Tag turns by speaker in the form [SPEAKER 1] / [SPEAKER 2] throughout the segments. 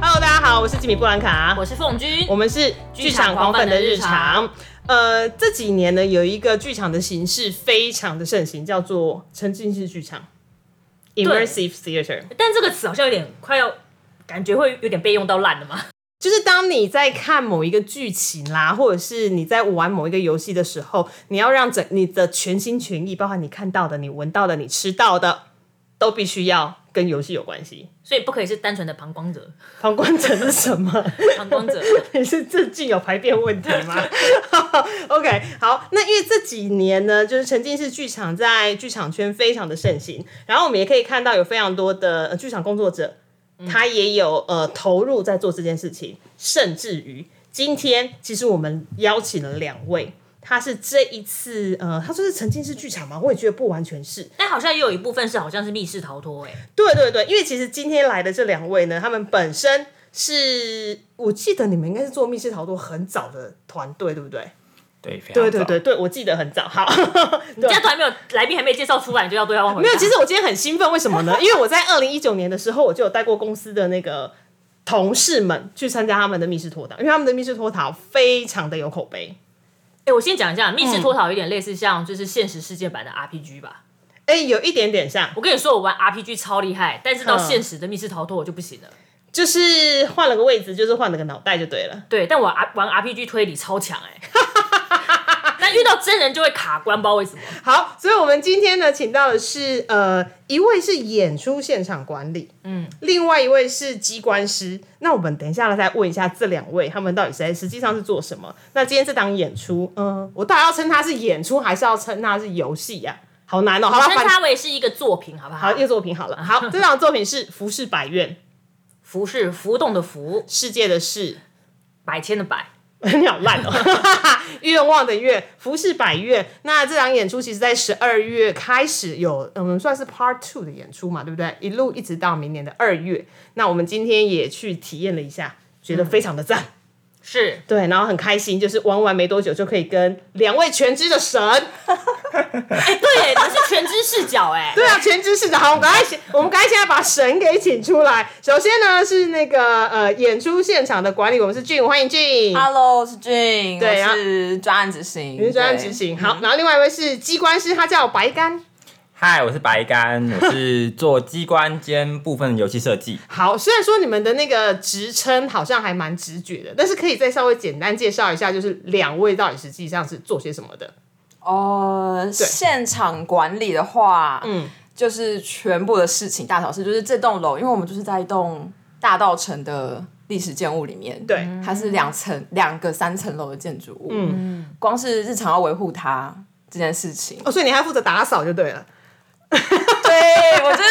[SPEAKER 1] Hello，大家好，我是吉米布兰卡，
[SPEAKER 2] 我是凤君，
[SPEAKER 1] 我们是剧场狂粉的日常。呃，这几年呢，有一个剧场的形式非常的盛行，叫做沉浸式剧场 （immersive theater）。
[SPEAKER 2] 但这个词好像有点快要，感觉会有点被用到烂了嘛。
[SPEAKER 1] 就是当你在看某一个剧情啦，或者是你在玩某一个游戏的时候，你要让整你的全心全意，包含你看到的、你闻到的、你吃到的，都必须要跟游戏有关系。
[SPEAKER 2] 所以不可以是单纯的旁观 者，
[SPEAKER 1] 旁观者是什么？
[SPEAKER 2] 旁观者
[SPEAKER 1] 你 是这句有排便问题吗 ？OK，好，那因为这几年呢，就是沉浸式剧场在剧场圈非常的盛行，然后我们也可以看到有非常多的、呃剧场工作者，他也有呃投入在做这件事情，甚至于今天其实我们邀请了两位。他是这一次，呃，他说是沉浸式剧场嘛，我也觉得不完全是，
[SPEAKER 2] 但好像也有一部分是好像是密室逃脱哎、
[SPEAKER 1] 对对对，因为其实今天来的这两位呢，他们本身是我记得你们应该是做密室逃脱很早的团队，对不对？
[SPEAKER 3] 对，非常
[SPEAKER 1] 对对
[SPEAKER 3] 早
[SPEAKER 1] 对，对，我记得很早。好，
[SPEAKER 2] 这样都还没有来宾还没介绍出来，你就要对他往回
[SPEAKER 1] 没
[SPEAKER 2] 答
[SPEAKER 1] 有，其实我今天很兴奋，为什么呢？因为我在二零一九年的时候，我就有带过公司的那个同事们去参加他们的密室脱逃，因为他们的密室脱逃非常的有口碑。
[SPEAKER 2] 哎、我先讲一下，密室脱逃有点类似像就是现实世界版的 RPG 吧。
[SPEAKER 1] 哎，有一点点像，
[SPEAKER 2] 我跟你说，我玩 RPG 超厉害，但是到
[SPEAKER 1] 嗯
[SPEAKER 2] 现实的密室逃脱我就不行了。
[SPEAKER 1] 就是换了个位置，就是换了个脑袋就对了。
[SPEAKER 2] 对，但我 R 玩 RPG 推理超强哎、 但遇到真人就会卡关，不知道 为什么。
[SPEAKER 1] 好，所以我们今天呢，请到的是呃一位是演出现场管理，嗯，另外一位是机关师。那我们等一下呢，再问一下这两位他们到底是在实际上是做什么？那今天这档演出，嗯、我到底要称它是演出，还是要称它是游戏呀？好难哦、好了，
[SPEAKER 2] 称
[SPEAKER 1] 反
[SPEAKER 2] 它为是一个作品，好不好？
[SPEAKER 1] 好一个作品好了。好，这档作品是《浮世百院
[SPEAKER 2] 浮是浮动的浮，》，
[SPEAKER 1] 世界的世，
[SPEAKER 2] 百千的百。
[SPEAKER 1] 你好烂哦、愿望的愿，浮世百院。那这场演出其实在十二月开始有，嗯，算是 Part Two 的演出嘛，对不对？一路一直到明年的二月。那我们今天也去体验了一下，觉得非常的赞。
[SPEAKER 2] 是
[SPEAKER 1] 对，然后很开心，就是玩完没多久就可以跟两位全知的神，
[SPEAKER 2] 哎对，你是全知视角哎、
[SPEAKER 1] 对啊，全知是的。好，我们赶快先，我们赶快现在把神给请出来。首先呢是那个呃演出现场的管理，我们是俊，欢迎俊。
[SPEAKER 4] Hello，我是俊，
[SPEAKER 1] 对然
[SPEAKER 4] 我
[SPEAKER 1] 后
[SPEAKER 4] 是专案执行，
[SPEAKER 1] 你是专案
[SPEAKER 4] 对
[SPEAKER 1] 执。行，好，然后另外一位是机关师，他叫白干，
[SPEAKER 3] 嗨，我是白干，我是做机关兼部分游戏设计。
[SPEAKER 1] 好，虽然说你们的那个职称好像还蛮直觉的，但是可以再稍微简单介绍一下，就是两位到底实际上是做些什么的？
[SPEAKER 4] 呃，现场管理的话，
[SPEAKER 1] 嗯
[SPEAKER 4] 嗯，就是全部的事情，大小事，就是这栋楼，因为我们就是在一栋大道城的历史建物里面，
[SPEAKER 1] 对，
[SPEAKER 4] 它是两层、两个三层楼的建筑物，嗯，光是日常要维护它这件事情，
[SPEAKER 1] 哦，所以你还负责打扫就对了。
[SPEAKER 4] 对我就是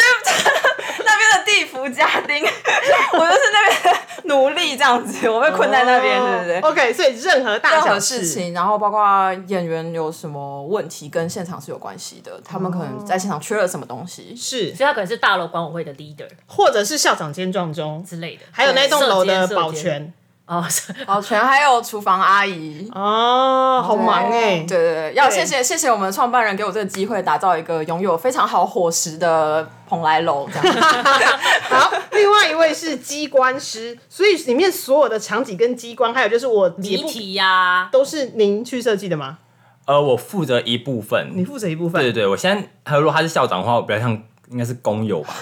[SPEAKER 4] 那边的地府家丁，我就是那边的奴隶这样子，我被困在那边，对不对？
[SPEAKER 1] 哦 OK，所以任何大
[SPEAKER 4] 任
[SPEAKER 1] 小
[SPEAKER 4] 何事，情，然后包括演员有什么问题跟现场是有关系的，他们可能在现场缺了什么东西。
[SPEAKER 1] 是
[SPEAKER 2] 所以他可能是大楼管委会的 leader
[SPEAKER 1] 或者是校长兼撞钟，
[SPEAKER 2] 之类的，
[SPEAKER 1] 还有那栋楼的
[SPEAKER 2] 射箭
[SPEAKER 1] 保全
[SPEAKER 2] 哦，是
[SPEAKER 4] 哦，全还有厨房阿姨。
[SPEAKER 1] 哦，好忙哎、
[SPEAKER 4] 对对对，要
[SPEAKER 1] 对
[SPEAKER 4] 谢谢谢谢我们创办人给我这个机会，打造一个拥有非常好伙食的蓬莱楼这样。
[SPEAKER 1] 好，另外一位是机关师，所以里面所有的场景跟机关，还有就是我也
[SPEAKER 2] 遗
[SPEAKER 1] 不
[SPEAKER 2] 体呀、
[SPEAKER 1] 都是您去设计的吗？
[SPEAKER 3] 呃，我负责一部
[SPEAKER 1] 你
[SPEAKER 3] 分。
[SPEAKER 1] 负责一部分，
[SPEAKER 3] 对对对，我现在还有，如果他是校长的话，我比较像应该是工友 吧。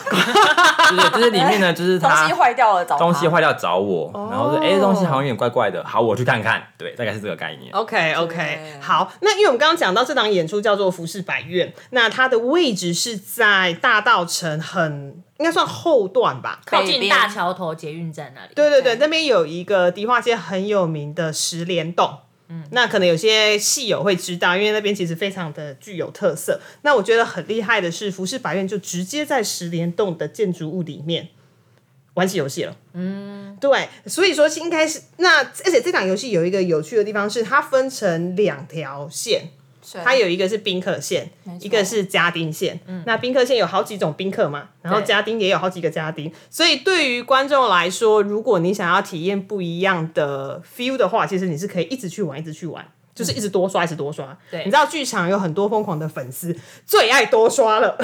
[SPEAKER 3] 就是就是里面呢，就是
[SPEAKER 4] 东
[SPEAKER 3] 他
[SPEAKER 4] 西坏掉了，找他
[SPEAKER 3] 东西。坏掉找我，
[SPEAKER 1] 哦
[SPEAKER 3] 然后说哎、东西好像有点怪怪的，好，我去看看。对，大概是这个概
[SPEAKER 4] 哦
[SPEAKER 3] 念。
[SPEAKER 1] OK OK，好，那因为我们刚刚讲到这档演出叫做《浮世百院》，那它的位置是在大道城很应该算后段吧。哎
[SPEAKER 2] 靠
[SPEAKER 4] 北
[SPEAKER 2] 近
[SPEAKER 4] 边
[SPEAKER 2] 大桥头捷运站那里。
[SPEAKER 1] 对对对，那边有一个迪化街很有名的十连洞。嗯，那可能有些戏友会知道，因为那边其实非常的具有特色。那我觉得很厉害的是，浮世百院就直接在十连洞的建筑物里面玩起游戏了。嗯，对，所以说是应该是那，而且这档游戏有一个有趣的地方是，它分成两条线，它有一个是宾客线，一个是家丁线。那宾客线有好几种宾客嘛，然后
[SPEAKER 4] 对
[SPEAKER 1] 家丁也有好几个家丁，所以对于观众来说，如果你想要体验不一样的 feel 的话，其实你是可以一直去玩，一直去玩。就是一直多刷，一直多刷。嗯对你知道剧场有很多疯狂的粉丝，最爱多刷了。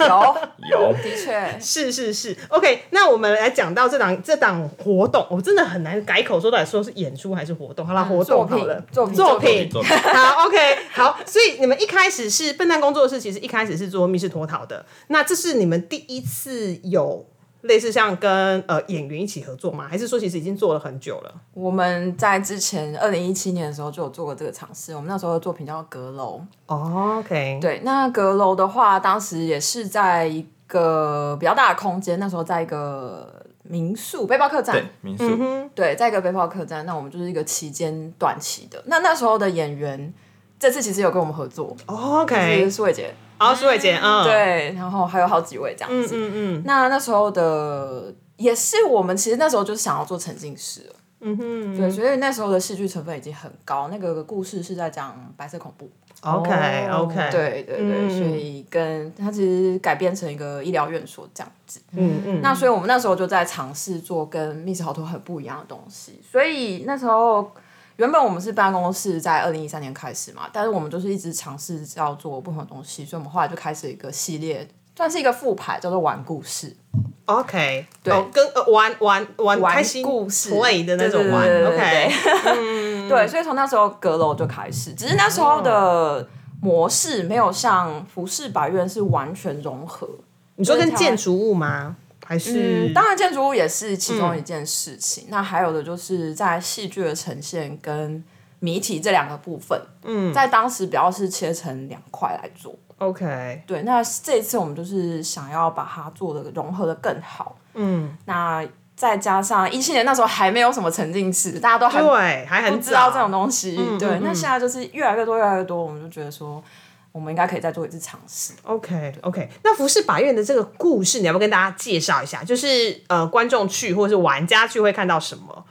[SPEAKER 4] 有，
[SPEAKER 3] 有
[SPEAKER 4] 的确，
[SPEAKER 1] 是是是，OK，那我们来讲到这档这档活动，我真的很难改口说到底说是演出还是活动。好啦，活动好了，
[SPEAKER 4] 嗯作品
[SPEAKER 1] 作
[SPEAKER 4] 作
[SPEAKER 1] 品
[SPEAKER 4] 品
[SPEAKER 3] 作品
[SPEAKER 1] 好，OK，好。所以你们一开始是笨蛋工作室，其实一开始是做密室脱逃的，那这是你们第一次有类似像跟呃演员一起合作吗？还是说其实已经做了很久了？
[SPEAKER 4] 我们在之前二零一七年的时候就有做过这个尝试。我们那时候的作品叫《阁楼》，
[SPEAKER 1] 哦，OK，
[SPEAKER 4] 对，那阁楼的话，当时也是在一个比较大的空间，那时候在一个民宿背包客
[SPEAKER 3] 对
[SPEAKER 4] 栈，
[SPEAKER 3] 民
[SPEAKER 1] 嗯
[SPEAKER 3] 宿，
[SPEAKER 4] 对，在一个背包客栈。那我们就是一个期间短期的。那那时候的演员，这次其实有跟我们合作，
[SPEAKER 1] 哦
[SPEAKER 4] 就是
[SPEAKER 1] ，OK，
[SPEAKER 4] 苏伟杰，
[SPEAKER 1] 好，苏伟姐，嗯，，
[SPEAKER 4] 对，然后还有好几位这样
[SPEAKER 1] 嗯
[SPEAKER 4] 子。
[SPEAKER 1] 嗯嗯，
[SPEAKER 4] 那那时候的也是我们其实那时候就是想要做沉浸式了，嗯哼，对，所以那时候的戏剧成分已经很高。那个故事是在讲白色恐怖，
[SPEAKER 1] OK，OK，、
[SPEAKER 4] 哦对对对，所以跟它其实改编成一个医疗院所这样子。
[SPEAKER 1] 嗯嗯，
[SPEAKER 4] 那所以我们那时候就在尝试做跟密室逃脱很不一样的东西。所以那时候原本我们是办公室在二零一三年开始嘛，但是我们就是一直尝试要做不同的东西，所以我们后来就开始一个系列，算是一个复牌，叫做玩故事。
[SPEAKER 1] OK，哦、跟、呃、玩玩玩
[SPEAKER 4] 玩
[SPEAKER 1] 开心
[SPEAKER 4] 故事
[SPEAKER 1] play 的那种玩
[SPEAKER 4] 对对对
[SPEAKER 1] o k
[SPEAKER 4] 对，所以从那时候阁楼就开始，只是那时候的模式没有像服饰百院是完全融合。
[SPEAKER 1] 你说 跟
[SPEAKER 4] 台湾
[SPEAKER 1] 建筑物吗？还是、
[SPEAKER 4] 嗯，当然建筑物也是其
[SPEAKER 1] 嗯
[SPEAKER 4] 中一件事情。那还有的就是在戏剧的呈现跟谜题这两个部分，嗯，在当时比较是切成两块来做。
[SPEAKER 1] 哦 OK，
[SPEAKER 4] 对，那这一次我们就是想要把它做的融合的更好。
[SPEAKER 1] 嗯，
[SPEAKER 4] 那再加上一七年那时候还没有什么沉浸式，大家都还
[SPEAKER 1] 对，嗯还很
[SPEAKER 4] 不知道这种
[SPEAKER 1] 东
[SPEAKER 4] 东西。 对，那现在就是越来越多，越来越多，我们就觉得说，我们应该可以再做一次尝试。
[SPEAKER 1] OK OK，那服饰百院的这个故事，你要不要跟大家介绍一下？就是呃，观众去或者是玩家去会看到什么？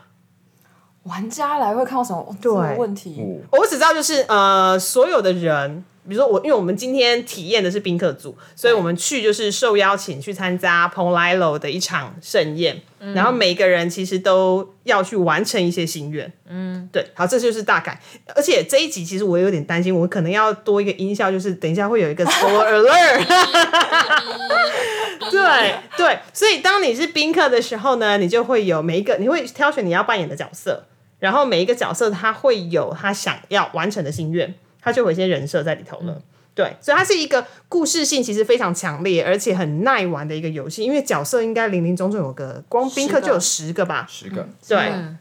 [SPEAKER 4] 玩家来会看到什么？哦这
[SPEAKER 1] 对
[SPEAKER 4] 个问题，
[SPEAKER 3] 哦
[SPEAKER 1] 我只知道就是呃，所有的人，比如说我，因为我们今天体验的是宾客组，所以我们去就是受邀请去参加蓬莱楼的一场盛宴，然后每个人其实都要去完成一些心愿。嗯，对，好，这就是大概。而且这一集其实我有点担心，我可能要多一个音效，就是等一下会有一个 spoiler alert。对对，所以当你是宾客的时候呢，你就会有每一个，你会挑选你要扮演的角色，然后每一个角色他会有他想要完成的心愿，他就有一些人设在里头了。对，所以它是一个故事性其实非常强烈，而且很耐玩的一个游戏，因为角色应该零零总总有个，光宾客
[SPEAKER 4] 十个
[SPEAKER 1] 就有十个吧。
[SPEAKER 3] 十个
[SPEAKER 1] 对，
[SPEAKER 4] 嗯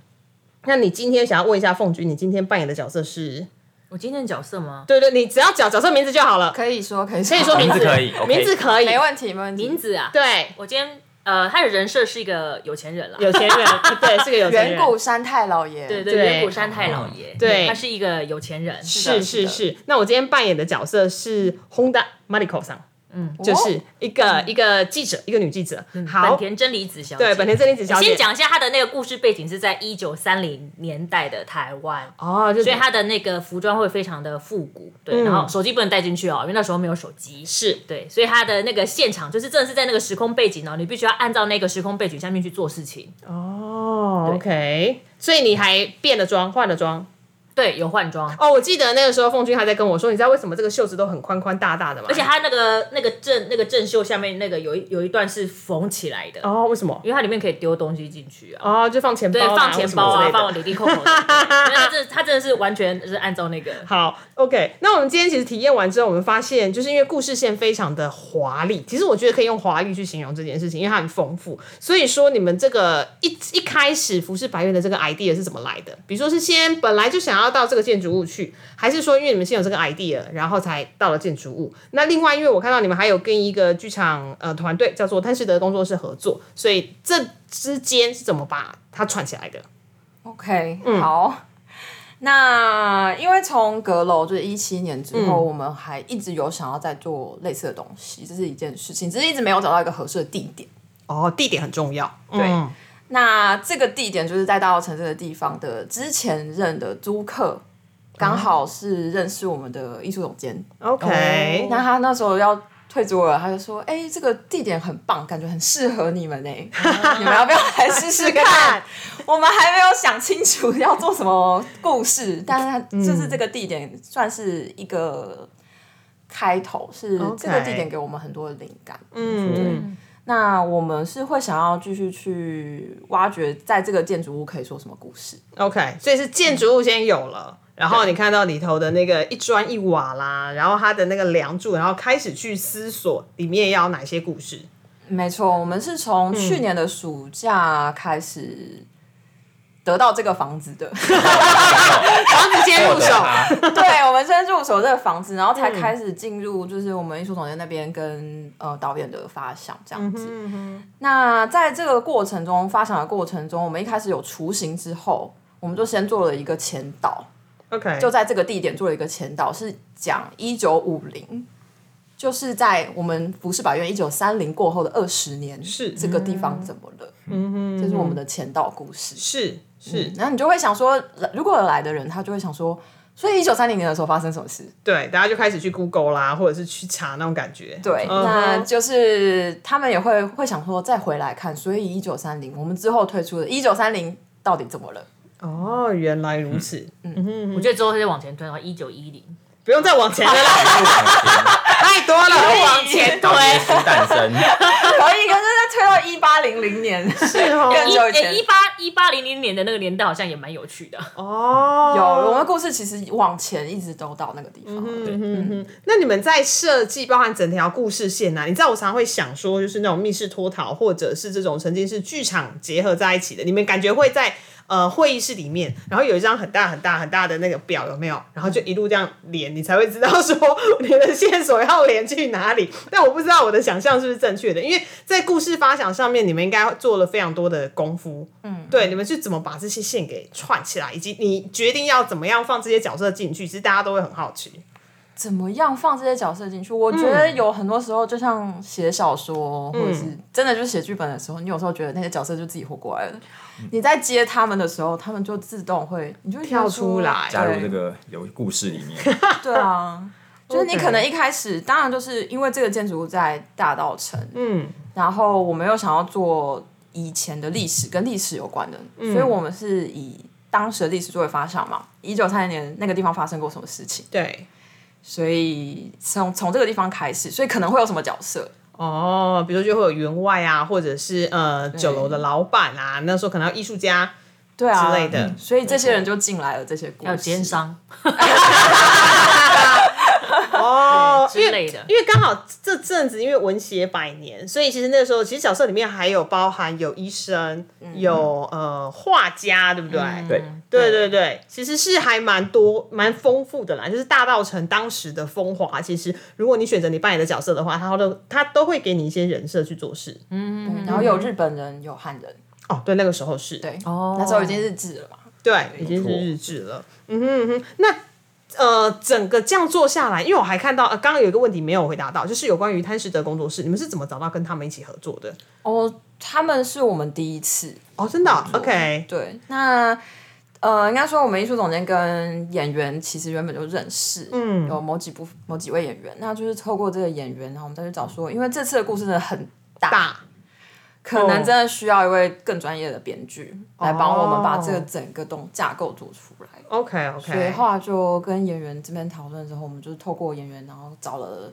[SPEAKER 1] 那你今天想要问一下凤君，你今天扮演的角色是？
[SPEAKER 2] 我今天的角色吗？
[SPEAKER 1] 对对，你只要讲角色名字就好了，
[SPEAKER 4] 可以说，可以
[SPEAKER 1] 可以说
[SPEAKER 3] 名
[SPEAKER 1] 字
[SPEAKER 3] 字可以，OK
[SPEAKER 1] 名字可以，
[SPEAKER 4] 没问题，没问题。
[SPEAKER 2] 名字啊，，
[SPEAKER 1] 对，
[SPEAKER 2] 我今天呃，他的人设是一个有钱人啦，
[SPEAKER 1] 有钱人，对，是个有钱人。
[SPEAKER 4] 远古山太老爷，
[SPEAKER 2] 对
[SPEAKER 1] 对
[SPEAKER 2] 对，远古山太老爷，
[SPEAKER 1] 对
[SPEAKER 2] 他是一个有钱人，
[SPEAKER 1] 是
[SPEAKER 4] 的是
[SPEAKER 1] 是
[SPEAKER 4] 的
[SPEAKER 1] 是，那我今天扮演的角色是 Honda Mariko 桑，嗯，哦就是一个、一个记者，一个女记者。好
[SPEAKER 2] 本，田真理子小姐。
[SPEAKER 1] 对，本田真理子小姐。
[SPEAKER 2] 先讲一下他的那个故事背景是在一九三零年代的台湾。
[SPEAKER 1] 哦，就
[SPEAKER 2] 所以他的那个服装会非常的复古，对，然后手机不能带进去哦，因为那时候没有手机，
[SPEAKER 1] 是
[SPEAKER 2] 对，所以他的那个现场就是真的是在那个时空背景哦，你必须要按照那个时空背景下面去做事情，
[SPEAKER 1] 哦，OK。所以你还变了妆，换了妆。
[SPEAKER 2] 对，有换装，
[SPEAKER 1] 哦，我记得那个时候凤君还在跟我说，你知道为什么这个袖子都很宽宽大大的吗？
[SPEAKER 2] 而且他那个那个正那个正袖下面那个有一有一段是缝起来的，
[SPEAKER 1] 哦，为什么？
[SPEAKER 2] 因为它里面可以丢东西进去啊，
[SPEAKER 1] 哦，就放钱包
[SPEAKER 2] 对，
[SPEAKER 1] 啦，
[SPEAKER 2] 放钱包啊，
[SPEAKER 1] 或什么之类的
[SPEAKER 2] 放我里里 扣扣的，对因为他这他真的是完全是按照那个，
[SPEAKER 1] 好，OK。那我们今天其实体验完之后，我们发现，就是因为故事线非常的华丽，其实我觉得可以用华丽去形容这件事情，因为它很丰富。所以说，你们这个一一开始服饰百院的这个 idea 是怎么来的？比如说是先本来就想要到这个建筑物去，还是说因为你们先有这个 idea，然后才到了建筑物？那另外，因为我看到你们还有跟一个剧场呃团队叫做贪士德工作室合作，所以这之间是怎么把它串起来的？
[SPEAKER 4] OK，、好。
[SPEAKER 2] 嗯
[SPEAKER 4] 那因为从阁楼就是一七年之
[SPEAKER 2] 嗯
[SPEAKER 4] 后，我们还一直有想要再做类似的东西，这是一件事情，只是一直没有找到一个合适的地点。
[SPEAKER 1] 哦，地点很重要，
[SPEAKER 4] 对，那这个地点就是在大稻城这个地方的之前任的租客，刚好是认识我们的艺术总监。
[SPEAKER 1] OK，、
[SPEAKER 4] 哦那他那时候要退租了，他就说：“哎、这个地点很棒，感觉很适合你们呢、 你们要不要来试试看？” 我们还没有想清楚要做什么故事，但是它就是这个地点算是一个开头，是
[SPEAKER 1] OK
[SPEAKER 4] 这个地点给我们很多的灵感。
[SPEAKER 1] 嗯，
[SPEAKER 4] 那我们是会想要继续去挖掘，在这个建筑物可以说什么故事？
[SPEAKER 1] OK，所以是建筑物先有了，然后你看到里头的那个一砖一瓦啦，然后它的那个梁柱，然后开始去思索里面要哪些故事。
[SPEAKER 4] 没错，我们是从去年的暑假开始得到这个房子的。啊
[SPEAKER 1] 房子先入手，
[SPEAKER 4] 对，我们先入手这个房子，然后才开始进入，就是我们艺术总监那边跟呃导演的发想这样子。
[SPEAKER 1] 嗯
[SPEAKER 4] 那在这个过程中，发想的过程中，我们一开始有雏形之后，我们就先做了一个前导，
[SPEAKER 1] OK，
[SPEAKER 4] 就在这个地点做了一个前导，是讲一九五零。就是在我们服饰百院一九三零过后的二十年，
[SPEAKER 1] 是
[SPEAKER 4] 这个地方怎么了？嗯哼，这是我们的前导故事。
[SPEAKER 1] 是是，
[SPEAKER 4] 然后你就会想说，如果有来的人，他就会想说，所以一九三零年的时候发生什么事？
[SPEAKER 1] 对，大家就开始去 Google 啦，或者是去查那种感觉。
[SPEAKER 4] 对，
[SPEAKER 1] 嗯
[SPEAKER 4] 那
[SPEAKER 1] 哼
[SPEAKER 4] 就是他们也会会想说再回来看，所以一九三零我们之后推出的一九三零到底怎么了？
[SPEAKER 1] 哦，原来如此，
[SPEAKER 5] 我觉得之后是往前推，到一九 一零，
[SPEAKER 1] 不用再往前了啦， 太多了，
[SPEAKER 5] 往前
[SPEAKER 3] 导演是诞生，
[SPEAKER 4] 可以，可是再推到一八零 零年，是
[SPEAKER 1] 哦
[SPEAKER 4] 更久以前
[SPEAKER 5] 一。八一八零零年的那个年代好像也蛮有趣的。
[SPEAKER 1] 哦，
[SPEAKER 4] 有我们的故事其实往前一直都到那个地
[SPEAKER 1] 嗯
[SPEAKER 4] 方了，
[SPEAKER 3] 对
[SPEAKER 1] 那你们在设计，包含整条故事线呐、啊？你知道我常会想说，就是那种密室脱逃，或者是这种沉浸式剧场结合在一起的，你们感觉会在呃会议室里面，然后有一张很大很大很大的那个表，有没有？然后就一路这样连，你才会知道说你的线索要连去哪里。但我不知道我的想象是不是正确的，因为在故事发想上面，你们应该做了非常多的功夫。嗯，对，你们是怎么把这些线给串起来，以及你决定要怎么样放这些角色进去，其实大家都会很好奇。
[SPEAKER 4] 怎么样放这些角色进去？我觉得
[SPEAKER 1] 嗯
[SPEAKER 4] 有很多时候，就像写小说，或者是真的就是写剧本的时候，你有时候觉得那些角色就自己活过来了。你在接他们的时候，他们就自动会，你就会觉得
[SPEAKER 1] 嗯跳
[SPEAKER 4] 说
[SPEAKER 1] 出来
[SPEAKER 3] 加入
[SPEAKER 4] 对
[SPEAKER 3] 这个有故事里面，
[SPEAKER 4] 对啊，就是你
[SPEAKER 1] OK
[SPEAKER 4] 可能一开始，当然就是因为这个建筑物在大道城，
[SPEAKER 1] 嗯。
[SPEAKER 4] 然后我们又想要做以前的历史跟历史有关的，所以我们是以当时的历史作为发想嘛。一九三零年那个地方发生过什么事情，
[SPEAKER 1] 对，
[SPEAKER 4] 所以从从这个地方开始，所以可能会有什么角色，
[SPEAKER 1] 哦，比如说就会有员外啊，或者是呃酒楼的老板啊，那时候可能要艺术家
[SPEAKER 4] 对啊
[SPEAKER 1] 之类的
[SPEAKER 4] 嗯所以这些人就进来了，这些故事
[SPEAKER 5] 还有奸商，嗯
[SPEAKER 1] 哦
[SPEAKER 5] 之
[SPEAKER 1] 因为
[SPEAKER 5] 类的
[SPEAKER 1] 因为刚好这阵子因为文协百年，所以其实那个时候其实角色里面还有包含有医生，有呃画家，对不对？
[SPEAKER 3] 对，
[SPEAKER 1] 对对对，其实是还蛮多、蛮丰富的啦。就是大道城当时的风华，其实如果你选择你扮演的角色的话，他都他都会给你一些人设去做事。
[SPEAKER 4] 对然后有日本人，有汉人，
[SPEAKER 1] 哦，对，那个时候是
[SPEAKER 4] 对，
[SPEAKER 5] 哦
[SPEAKER 4] 那时候已经日治了嘛，
[SPEAKER 1] 对，已经是日志了。嗯哼嗯哼，那呃，整个这样做下来，因为我还看到呃，刚刚有一个问题没有回答到，就是有关于贪食德工作室，你们是怎么找到跟他们一起合作的？
[SPEAKER 4] 哦，他们是我们第一次，
[SPEAKER 1] 哦，真的哦、o k
[SPEAKER 4] 对，那呃，应该说我们艺术总监跟演员其实原本就认识，嗯，有某几部某几位演员，那就是透过这个演员，然后我们再去找说，因为这次的故事真的很大，
[SPEAKER 1] 大
[SPEAKER 4] 可能真的需要一位更专业的编剧来帮我们把这个整个东架构做出来。
[SPEAKER 1] ，OK
[SPEAKER 4] 所以
[SPEAKER 1] OK，
[SPEAKER 4] 后来就跟演员这边讨论之后，我们就是透过演员，然后找了